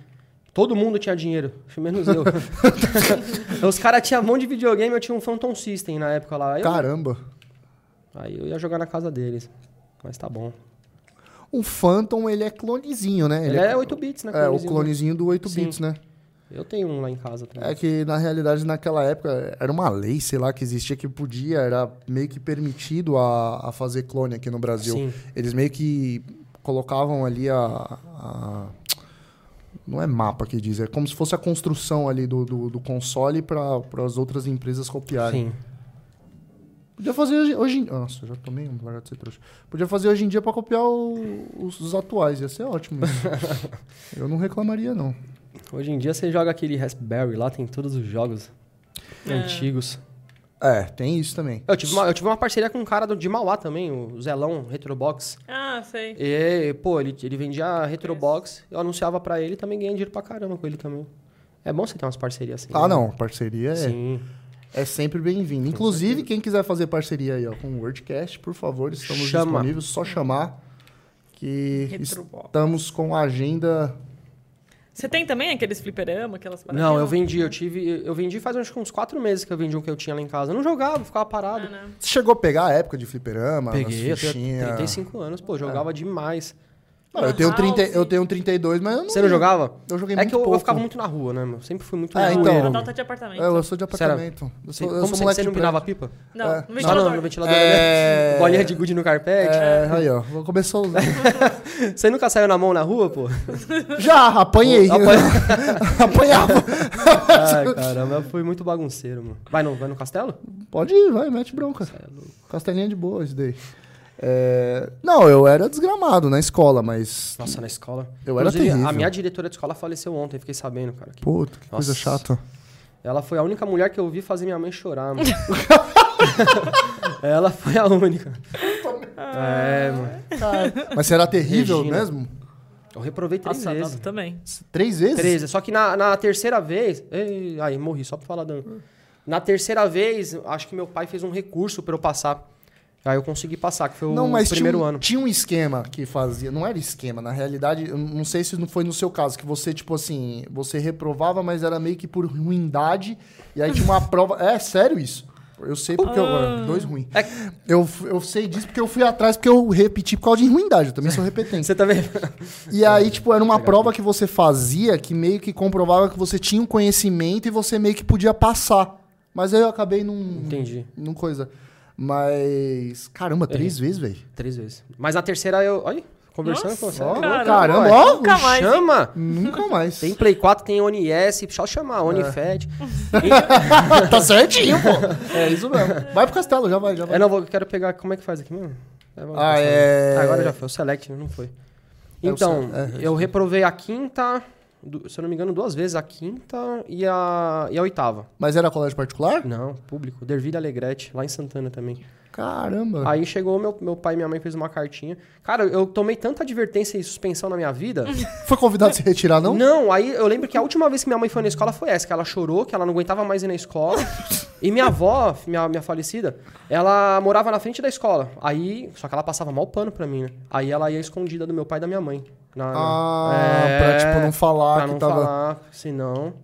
Todo mundo tinha dinheiro, menos eu. Os caras tinham um monte de videogame, eu tinha um Phantom System na época lá. Eu- Caramba. aí eu ia jogar na casa deles. Mas tá bom. O Phantom, ele é clonezinho, né? Ele é 8 bits, né? É, o clonezinho. clonezinho do 8 Sim. bits, né? Eu tenho um lá em casa também. É que, na realidade, naquela época, era uma lei, sei lá, que existia que podia, era meio que permitido a, a fazer clone aqui no Brasil. Sim. Eles meio que colocavam ali a, a- Não é mapa que diz, é como se fosse a construção ali do, do, do console para as outras empresas copiarem. Sim. Podia fazer hoje, hoje em Nossa, eu já tomei um barato de ser trouxa. Podia fazer hoje em dia para copiar o- os, os atuais, ia ser ótimo. isso. eu não reclamaria, não. Hoje em dia você joga aquele Raspberry lá, tem todos os jogos antigos. É, tem isso também. Eu tive, uma, eu tive uma parceria com um cara do, de Mauá também, o Zelão Retrobox. Ah, sei. E, pô, ele, ele vendia Retrobox, eu anunciava pra ele e também ganhei dinheiro pra caramba com ele também. É bom você ter umas parcerias assim. Ah, né? não, parceria é. Sim. É sempre bem-vindo. Inclusive, quem quiser fazer parceria aí ó, com o WordCast, por favor, estamos Chama. disponíveis. Só chamar que Retrobox. estamos com a agenda. Você tem também aqueles fliperama, aquelas Não, eu vendi, eu tive. Eu vendi faz acho que uns quatro meses que eu vendi um que eu tinha lá em casa. Eu não jogava, ficava parado. Você chegou a pegar a época de fliperama? Peguei, eu as tenho fichinhas? 35 anos, pô, jogava demais. Não, eu, tenho Lan 30, house. eu tenho 32, mas eu não. Você não jogava? Eu joguei é muito que eu, eu pouco. ficava muito na rua, né, meu? Sempre fui muito É, na então. rua. Adalta Ah, de apartamento. É, Eu sou de Será? apartamento. Eu Você- sou, eu como sou você, moleque você não de um pirava prédio. pipa? Não, É. no Ah, ventilador. não, no ventilador. É. né? Bolinha de gude no carpete. É, aí, ó. vou- Começou. É. Você nunca saiu na mão na rua, pô? Já, apanhei. Apanhava. Ah, Ai, caramba, eu fui muito bagunceiro, mano. Vai no, vai no castelo? Pode ir, vai, mete bronca. é Castelinha de boa, isso daí. É, Não, eu era desgramado na escola, mas. Nossa, na escola. Eu era Inclusive, terrível. A minha diretora de escola faleceu ontem, fiquei sabendo, cara. que- Puta, que coisa Nossa. chata. Ela foi a única mulher que eu vi fazer minha mãe chorar, mano. Ela foi a única. É, mano. Tá. Mas será terrível Regina. mesmo? Eu reprovei três Nossa, vezes. Adalto também. Três vezes? Três, só que na, na terceira vez. Ei, aí, morri, só pra falar dano. Na terceira vez, acho que meu pai fez um recurso pra eu passar. Aí eu consegui passar, que foi Não, o mas primeiro tinha, um- ano. tinha um esquema que fazia. Não era esquema, na realidade, eu não sei se não foi no seu caso, que você, tipo assim, você reprovava, mas era meio que por ruindade. E aí tinha uma prova. É sério isso? Eu sei porque Ah. eu. Dois ruim. É Eu, f- eu sei disso porque eu fui atrás, porque eu repeti por causa de ruindade. Eu também sou repetente. Você também. E aí, tipo, era uma prova que você fazia que meio que comprovava que você tinha um conhecimento e você meio que podia passar. Mas aí eu acabei num. Entendi. Num coisa. Mas. Caramba, É. três vezes, velho. Três vezes. Mas na terceira eu. Olha, conversando com você. Ó, ó, Caramba, caramba, ó. Nunca mais. hein? Chama! Nunca mais. Tem Play 4, tem ONIS, só chamar, É. ONIFED. tá certinho, pô. É isso mesmo. Vai pro castelo, já vai, já vai. É, não, vou, quero pegar. Como é que faz aqui mesmo? É, vamos Ah, passar. é- Ah, Agora já foi, o Select não foi. É o Então, Select, eu reprovei a quinta, du- se eu não me engano, duas vezes, a quinta e a, e a oitava. Mas era colégio particular? Não, público, Derville Alegrete, lá em Santana também. Caramba. Aí chegou, meu, meu pai e minha mãe fez uma cartinha. Cara, eu tomei tanta advertência e suspensão na minha vida. Foi convidado a se retirar, não? Não, aí eu lembro que a última vez que minha mãe foi na escola foi essa, que ela chorou, que ela não aguentava mais ir na escola. e minha avó, minha, minha falecida, ela morava na frente da escola. Aí, só que ela passava mal pano pra mim, né? Aí ela ia escondida do meu pai e da minha mãe. Na- Ah, pra, tipo, não falar É, pra que não tava- falar, senão...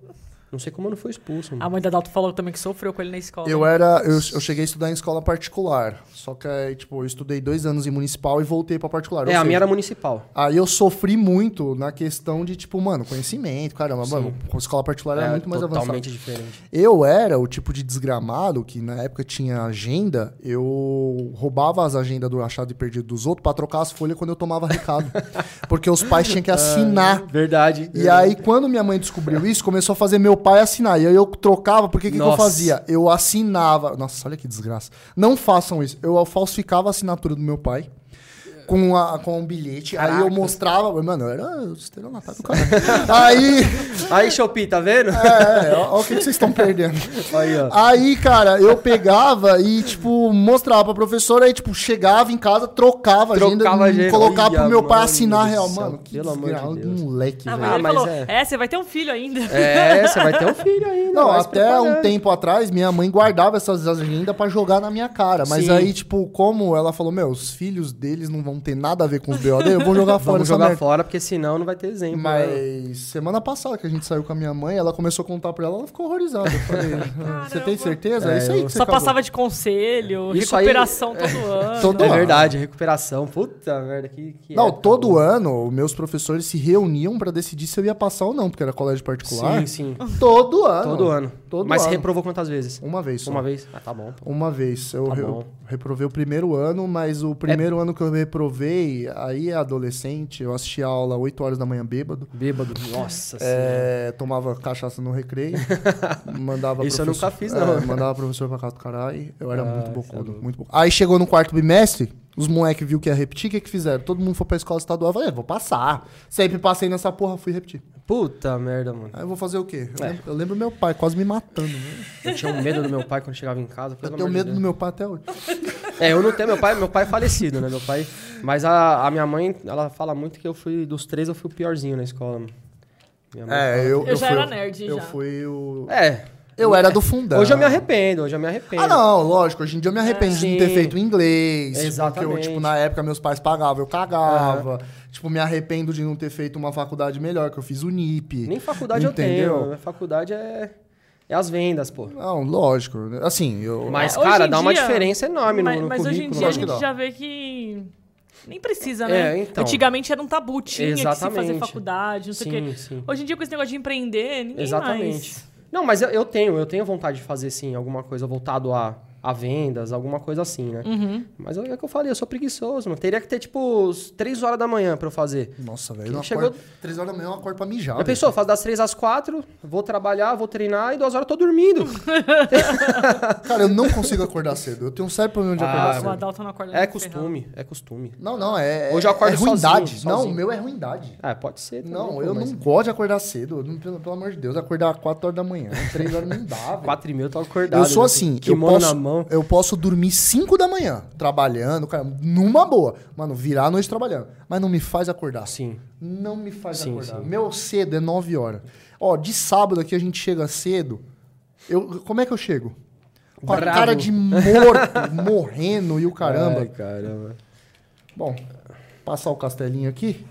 Não sei como eu não fui expulso. mano. A mãe da Adalto falou também que sofreu com ele na escola. Eu era. Eu, eu cheguei a estudar em escola particular. Só que, aí, tipo, eu estudei dois anos em municipal e voltei pra particular. Ou É, a minha seja, era municipal. Aí eu sofri muito na questão de, tipo, mano, conhecimento, caramba, mano, a escola particular era é muito mais avançada. É, totalmente diferente. Eu era o tipo de desgramado que na época tinha agenda, eu roubava as agendas do achado e perdido dos outros pra trocar as folhas quando eu tomava recado. porque os pais tinham que assinar. Verdade. E aí, quando minha mãe descobriu isso, começou a fazer meu pai assinar. E aí eu trocava, porque o que, que eu Nossa. fazia? Eu assinava. Nossa, olha que desgraça. Não façam isso. Eu falsificava a assinatura do meu pai. Com, a, com um bilhete. Aí eu mostrava. Mano, eu era o estelionatário do cara. aí. Aí, Shopee, tá vendo? É, olha o que que vocês estão perdendo. Aí, ó. Aí, cara, eu pegava e, tipo, mostrava pra professora, aí, tipo, chegava em casa, trocava, Trocava a a agenda, agenda. colocava pro Olha, meu pai mano assinar do real. céu, Mano, que pelo amor de desgraçado, Deus. moleque, Ah, velho. mas Ah, ele mas falou, é. é. você vai ter um filho ainda. É, você vai ter um filho ainda. Não, vai se até um preparando. tempo atrás, minha mãe guardava essas agendas pra jogar na minha cara. Mas Sim. aí, tipo, como ela falou, meu, os filhos deles não vão ter nada a ver com os BOD, eu vou jogar fora Vamos essa jogar merda. fora, porque senão não vai ter exemplo. né? Mas semana passada que a gente gente saiu com a minha mãe, ela começou a contar pra ela, ela ficou horrorizada. Eu falei, "Ah, você tem certeza? É, isso aí que você Só casou." passava de conselho, Isso aí- recuperação todo ano. Todo é ano. verdade, recuperação. Puta merda, que. que é Não, época todo boa. ano os meus professores se reuniam pra decidir se eu ia passar ou não, porque era colégio particular. Sim, sim. Todo ano. Todo ano. Todo Mas ano. reprovou quantas vezes? Uma vez só. Uma vez? Ah, tá bom. pô. Uma vez. Eu Tá re- bom. É. reprovei o primeiro ano, mas o primeiro ano que eu reprovei, aí é adolescente, eu assisti a aula 8 horas da manhã bêbado. Bêbado. Nossa senhora. É, tomava cachaça no recreio, mandava Isso eu professor- nunca fiz, não. é, mandava professor pra casa do caralho. Eu era Ah, muito isso é bocudo, louco. muito bocudo. Aí chegou no quarto bimestre, os moleques viu que ia repetir, o que que fizeram? Todo mundo foi pra escola estadual, eu falei, "É, vou passar. Sempre passei nessa porra, fui repetir. Puta merda, mano. Aí eu vou fazer o quê? É. Eu, lembro, eu lembro meu pai quase me matando, né? Eu tinha um medo do meu pai quando chegava em casa. pelo Eu tenho amor de medo Deus. do meu pai até hoje. É, eu não tenho meu pai, meu pai é falecido, né? Meu pai. Mas a, a minha mãe, ela fala muito que eu fui, dos três, eu fui o piorzinho na escola. mano. Minha mãe É, eu, Eu já fui, era nerd, Eu já. fui o... fala- É. Eu era do fundão. Hoje eu me arrependo, hoje eu me arrependo. Ah, não, lógico. Hoje em dia eu me arrependo de não ter Sim. feito inglês. Exatamente. Ah. Porque eu, tipo, na época meus pais pagavam, eu cagava. Tipo, me arrependo de não ter feito uma faculdade melhor, que eu fiz o NIP. Nem faculdade eu tenho. Minha faculdade é, é as vendas, pô. Não, lógico. Assim, eu. Mas, É, hoje cara, em dá uma dia- diferença enorme no, mas, no mas currículo. hoje em dia a acho que gente dá. já vê que nem precisa, né? É, então. Antigamente era um tabu, tinha que se fazer Exatamente. faculdade, não sei o Sim, quê. sim. Hoje em dia com esse negócio de empreender, ninguém Exatamente. mais... Não, mas eu, eu tenho, eu tenho vontade de fazer, sim, alguma coisa voltado a, a vendas, alguma coisa assim, né? Uhum. Mas eu- é o que eu falei, eu sou preguiçoso, mano. Teria que ter, tipo, os três horas da manhã pra eu fazer. Nossa, velho. eu não Chegou- acordo- Três horas da manhã eu acordo pra mijar. Eu pensou, eu faço das três às quatro, vou trabalhar, vou treinar e duas horas eu tô dormindo. velho. Cara, eu não consigo acordar cedo. Eu tenho um sério problema de Ah, acordar O cedo. Adalto não acorda É nem ferrado. costume, é costume. Não, não, é. Hoje eu acordo é ruindade. sozinho, não, sozinho. o meu é ruindade. Ah, pode ser. também, Não, pô, eu mas não gosto de acordar cedo. Eu não- pelo, pelo amor de Deus, acordar 4 horas da manhã. 3 horas não dá, velho. Quatro e meia eu tô acordado. Eu sou né? assim, eu Kimono posso, na mão. eu posso dormir 5 da manhã, trabalhando, cara, numa boa. Mano, virar a noite trabalhando. Mas não me faz acordar. Sim. Não me faz Sim, acordar. sim. Meu cedo é 9 horas. Ó, de sábado aqui a gente chega cedo. Eu, como é que eu chego? Com a Bravo. cara de morto, morrendo e o caramba. Ai, caramba. Bom, passar o castelinho aqui.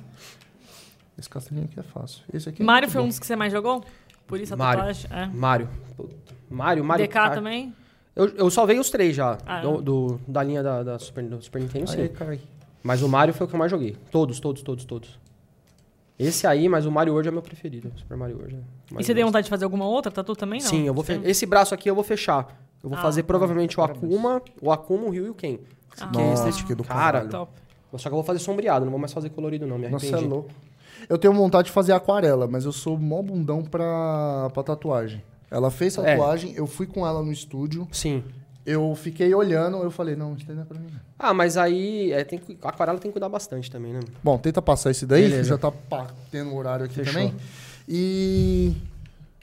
Esse castelinho aqui é fácil. Esse aqui é Mário muito foi um bom. dos que você mais jogou? Por isso a Mário. tatuagem? É. Mário. Puta. Mário, Mário. DK Kart. também? Eu, eu salvei os três já. Ah, do, do- da linha da, da Super, do Super Nintendo, Aí, sim. cara. Mas o Mario foi o que eu mais joguei. Todos, todos, todos, todos. Esse aí, mas o Mario World é meu preferido. Super Mario World. É E você deu vontade de fazer alguma outra tatu também? Não. um- Sim, eu vou fe... esse braço aqui eu vou fechar. Eu vou Ah, fazer provavelmente o Akuma, o Akuma, o Ryu e o Ken. Ah. Que é esse Nossa, que do cara. Top. Só que eu vou fazer sombreado, não vou mais fazer colorido não, me Nossa, arrependi. é louco. Eu tenho vontade de fazer aquarela, mas eu sou mó bundão pra, pra tatuagem. Ela fez É. tatuagem, eu fui com ela no estúdio, Sim. eu fiquei olhando, eu falei, não, isso daí não é pra mim. não. Ah, mas aí é, tem que... aquarela tem que cuidar bastante também, né? Bom, tenta passar esse daí, Beleza. já tá pá, tendo horário aqui Fechou. também. E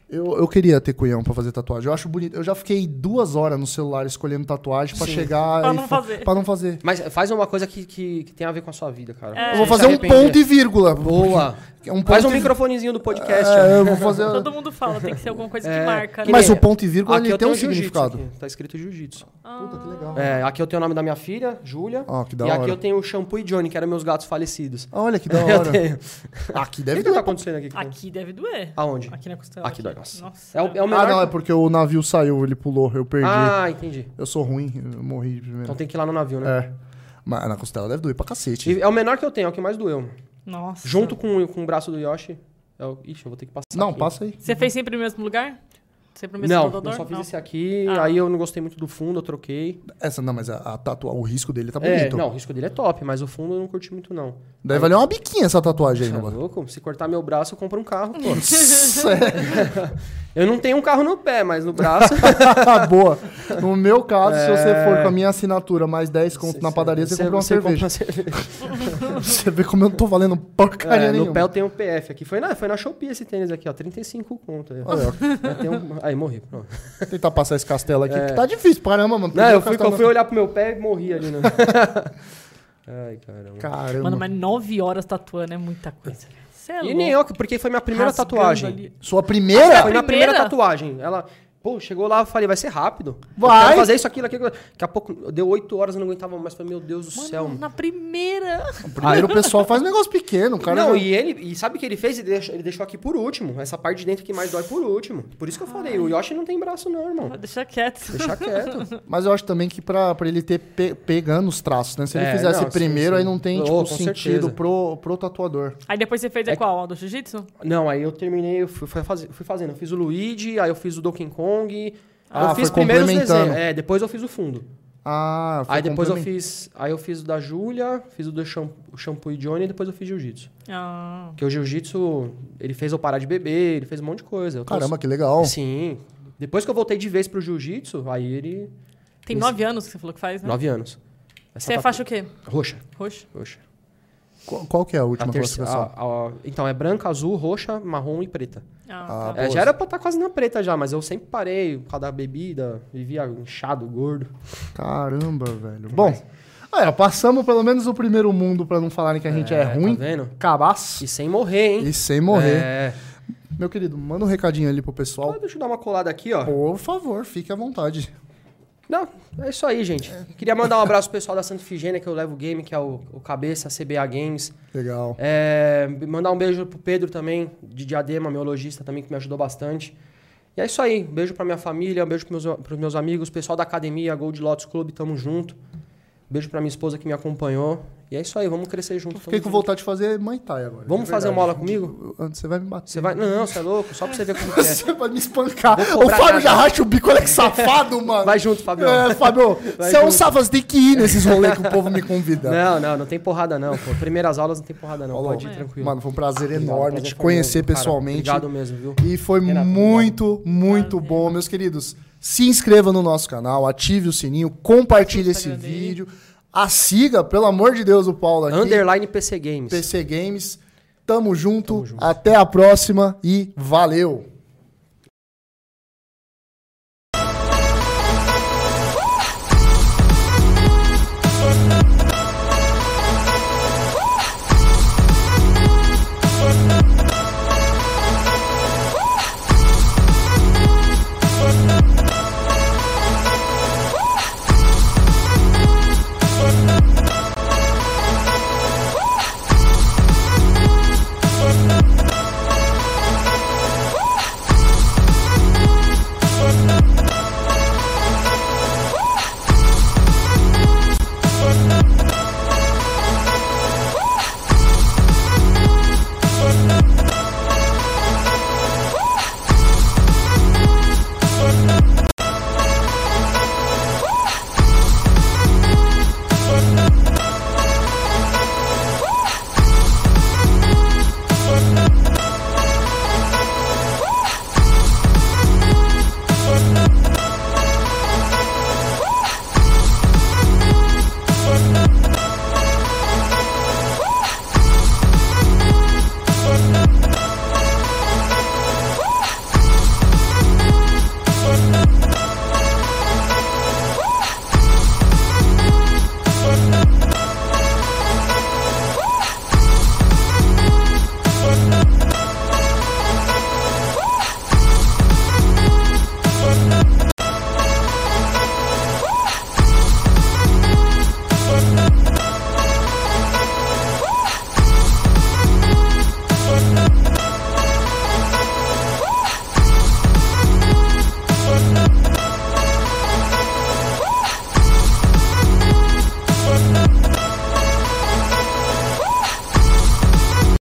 eu, eu queria ter cunhão pra fazer tatuagem. Eu acho bonito. Eu já fiquei duas horas no celular escolhendo tatuagem pra Sim. chegar. Pra e não fa- fazer. Pra não fazer. Mas faz uma coisa que, que, que tem a ver com a sua vida, cara. É. eu vou Sem se fazer um arrepender. ponto e vírgula. Boa. É Um ponto Faz um e- microfonezinho do podcast. ó. É, eu vou fazer. Todo mundo fala, tem que ser alguma É. coisa que marca, né? que Mas nem- o ponto e vírgula ele eu tem um tenho jiu-jitsu significado. aqui, Tá escrito jiu-jitsu. Puta, que legal. É, aqui eu tenho o nome da minha filha, Júlia. Ah, que da e aqui hora. eu tenho o Shampoo e Johnny, que eram meus gatos falecidos. Olha que da Eu hora. é tenho. Aqui O deve que, que tá ter. acontecendo aqui? Aqui deve doer. Aonde? Aqui na costela. Aqui dói, nossa. Nossa. É o, é o menor... Ah, não, é porque o navio saiu, ele pulou, eu perdi. Ah, entendi. Eu sou ruim, eu morri primeiro. Então tem que ir lá no navio, né? É. Mas na costela deve doer pra cacete. E É o menor que eu tenho, é o que mais doeu. Nossa. Junto com, com o braço do Yoshi. É o... Ixi, eu vou ter que passar Não, aqui. passa aí. Você fez sempre no mesmo lugar? Sempre no mesmo Não, eu tatuador? só fiz esse aqui, Ah. aí eu não gostei muito do fundo, eu troquei. Essa não, mas a, a tatua- o risco dele tá É, bonito. não, o risco dele é top, mas o fundo eu não curti muito, não. Deve valer uma biquinha essa tatuagem aí, Tá mano. louco? Se cortar meu braço, eu compro um carro, pô. Sério. Eu não tenho um carro no pé, mas no braço. Boa. No meu caso, se você É. for com a minha assinatura mais 10 conto na padaria, você, compra uma cerveja. você vê como eu não tô valendo porcaria É, nenhuma. no pé eu tenho um PF aqui. Foi na, foi na Shopee esse tênis aqui, ó. 35 conto. Aí, Olha, ó, Eu tenho um- aí morri. pronto. vou tentar passar esse castelo aqui, que tá difícil, pra caramba, mano. É. Não, Perder eu o fui, castelo eu fui na- olhar pro meu pé e morri ali, né? Ai, caramba. Caramba. Mano, mas nove horas tatuando é muita coisa. Você é é um- E louco. nem eu, porque foi minha primeira Rasgando tatuagem. ali. Sua primeira? Foi minha Primeira? primeira tatuagem. Ela. Pô, chegou lá, eu falei, vai ser rápido. Vai. Eu quero fazer isso, aquilo, aquilo. Daqui a pouco, deu oito horas, eu não aguentava mais. Falei, meu Deus do Mano, céu. na primeira. Primeiro o pessoal faz um negócio pequeno, o cara. não, já- e ele, e sabe o que ele fez? Ele deixou, ele deixou aqui por último. Essa parte de dentro que mais dói por último. Por isso que eu falei, o Yoshi não tem braço não, irmão. Deixa quieto. Deixa quieto. Mas eu acho também que pra, pra ele ter pe- pegando os traços, né? Se ele É, fizesse não, sim, primeiro, sim. aí não tem, Oh, tipo, com sentido certeza. pro, pro tatuador. Aí depois você fez é É- qual? A do jiu-jitsu? Não, aí eu terminei, eu fui, fui faze- fui fazendo. Eu fiz o Luigi, aí eu fiz o Donkey Kong. Ah, eu fiz foi primeiro os complementando. desenhos. É, depois eu fiz o fundo. Ah, foi Aí depois eu complemen- fiz. Aí eu fiz o da Júlia, fiz o do Sham- o shampoo e Johnny e depois eu fiz jiu-jitsu. Ah. Porque o jiu-jitsu, ele fez eu parar de beber, ele fez um monte de coisa. Eu tô- Caramba, que legal. Sim. Depois que eu voltei de vez pro jiu-jitsu, aí ele. Tem Isso. nove anos que você falou que faz, né? Nove anos. Essa Você é tatu- faixa o quê? Roxa. Roxo? Roxa. Qual, qual que é a A última terceira- classificação? a- a- então, é branca, azul, roxa, marrom e preta. Ah, Ah, tá. É, Boas. já era pra estar quase na preta já, mas eu sempre parei por causa da bebida, vivia inchado, gordo. Caramba, velho. Bom, é, passamos pelo menos o primeiro mundo pra não falarem que a gente é, ruim. Tá vendo? Cabaço. E sem morrer, hein? E sem morrer. É. Meu querido, manda um recadinho ali pro Ah, pessoal. deixa eu dar uma colada aqui, ó. Por favor, fique à vontade. Não, é isso aí, gente. Queria mandar um abraço pro pessoal da Santa Figênia, que eu levo o game, que é o, o Cabeça, CBA Games. Legal. É, mandar um beijo pro Pedro também, de Diadema, meu lojista também, que me ajudou bastante. E é isso aí. Um beijo pra minha família, um beijo pros meus, pros meus amigos, pessoal da academia, Gold Lotus Club, tamo junto. Um beijo pra minha esposa que me acompanhou. E é isso aí, vamos crescer junto. Fiquei tamo com junto. vontade de fazer Muay Thai agora. Vamos de fazer uma aula É verdade. comigo? Antes você vai me bater. Você vai. Não, você é louco, só pra você ver como que é. Você vai me espancar. Vou O cobrar Fábio nada. já racha o bico, olha que safado, mano. Vai junto, Fabião. É, Fábio, você é um junto. safado, você tem que ir nesses rolês que o povo me convida. Não, não, não tem porrada não. Pô. Primeiras aulas não tem porrada não. Falou. Pode ir tranquilo. Mano, foi um prazer Obrigado, enorme prazer te foi conhecer meu, cara. pessoalmente. Obrigado mesmo, viu? E foi Renato, muito, muito bom, meus queridos. Se inscreva no nosso canal, ative o sininho, compartilhe esse Instagram dele. vídeo. A siga, pelo amor de Deus, o Paulo aqui. Underline PC Games. PC Games. Tamo junto. Até a próxima e valeu!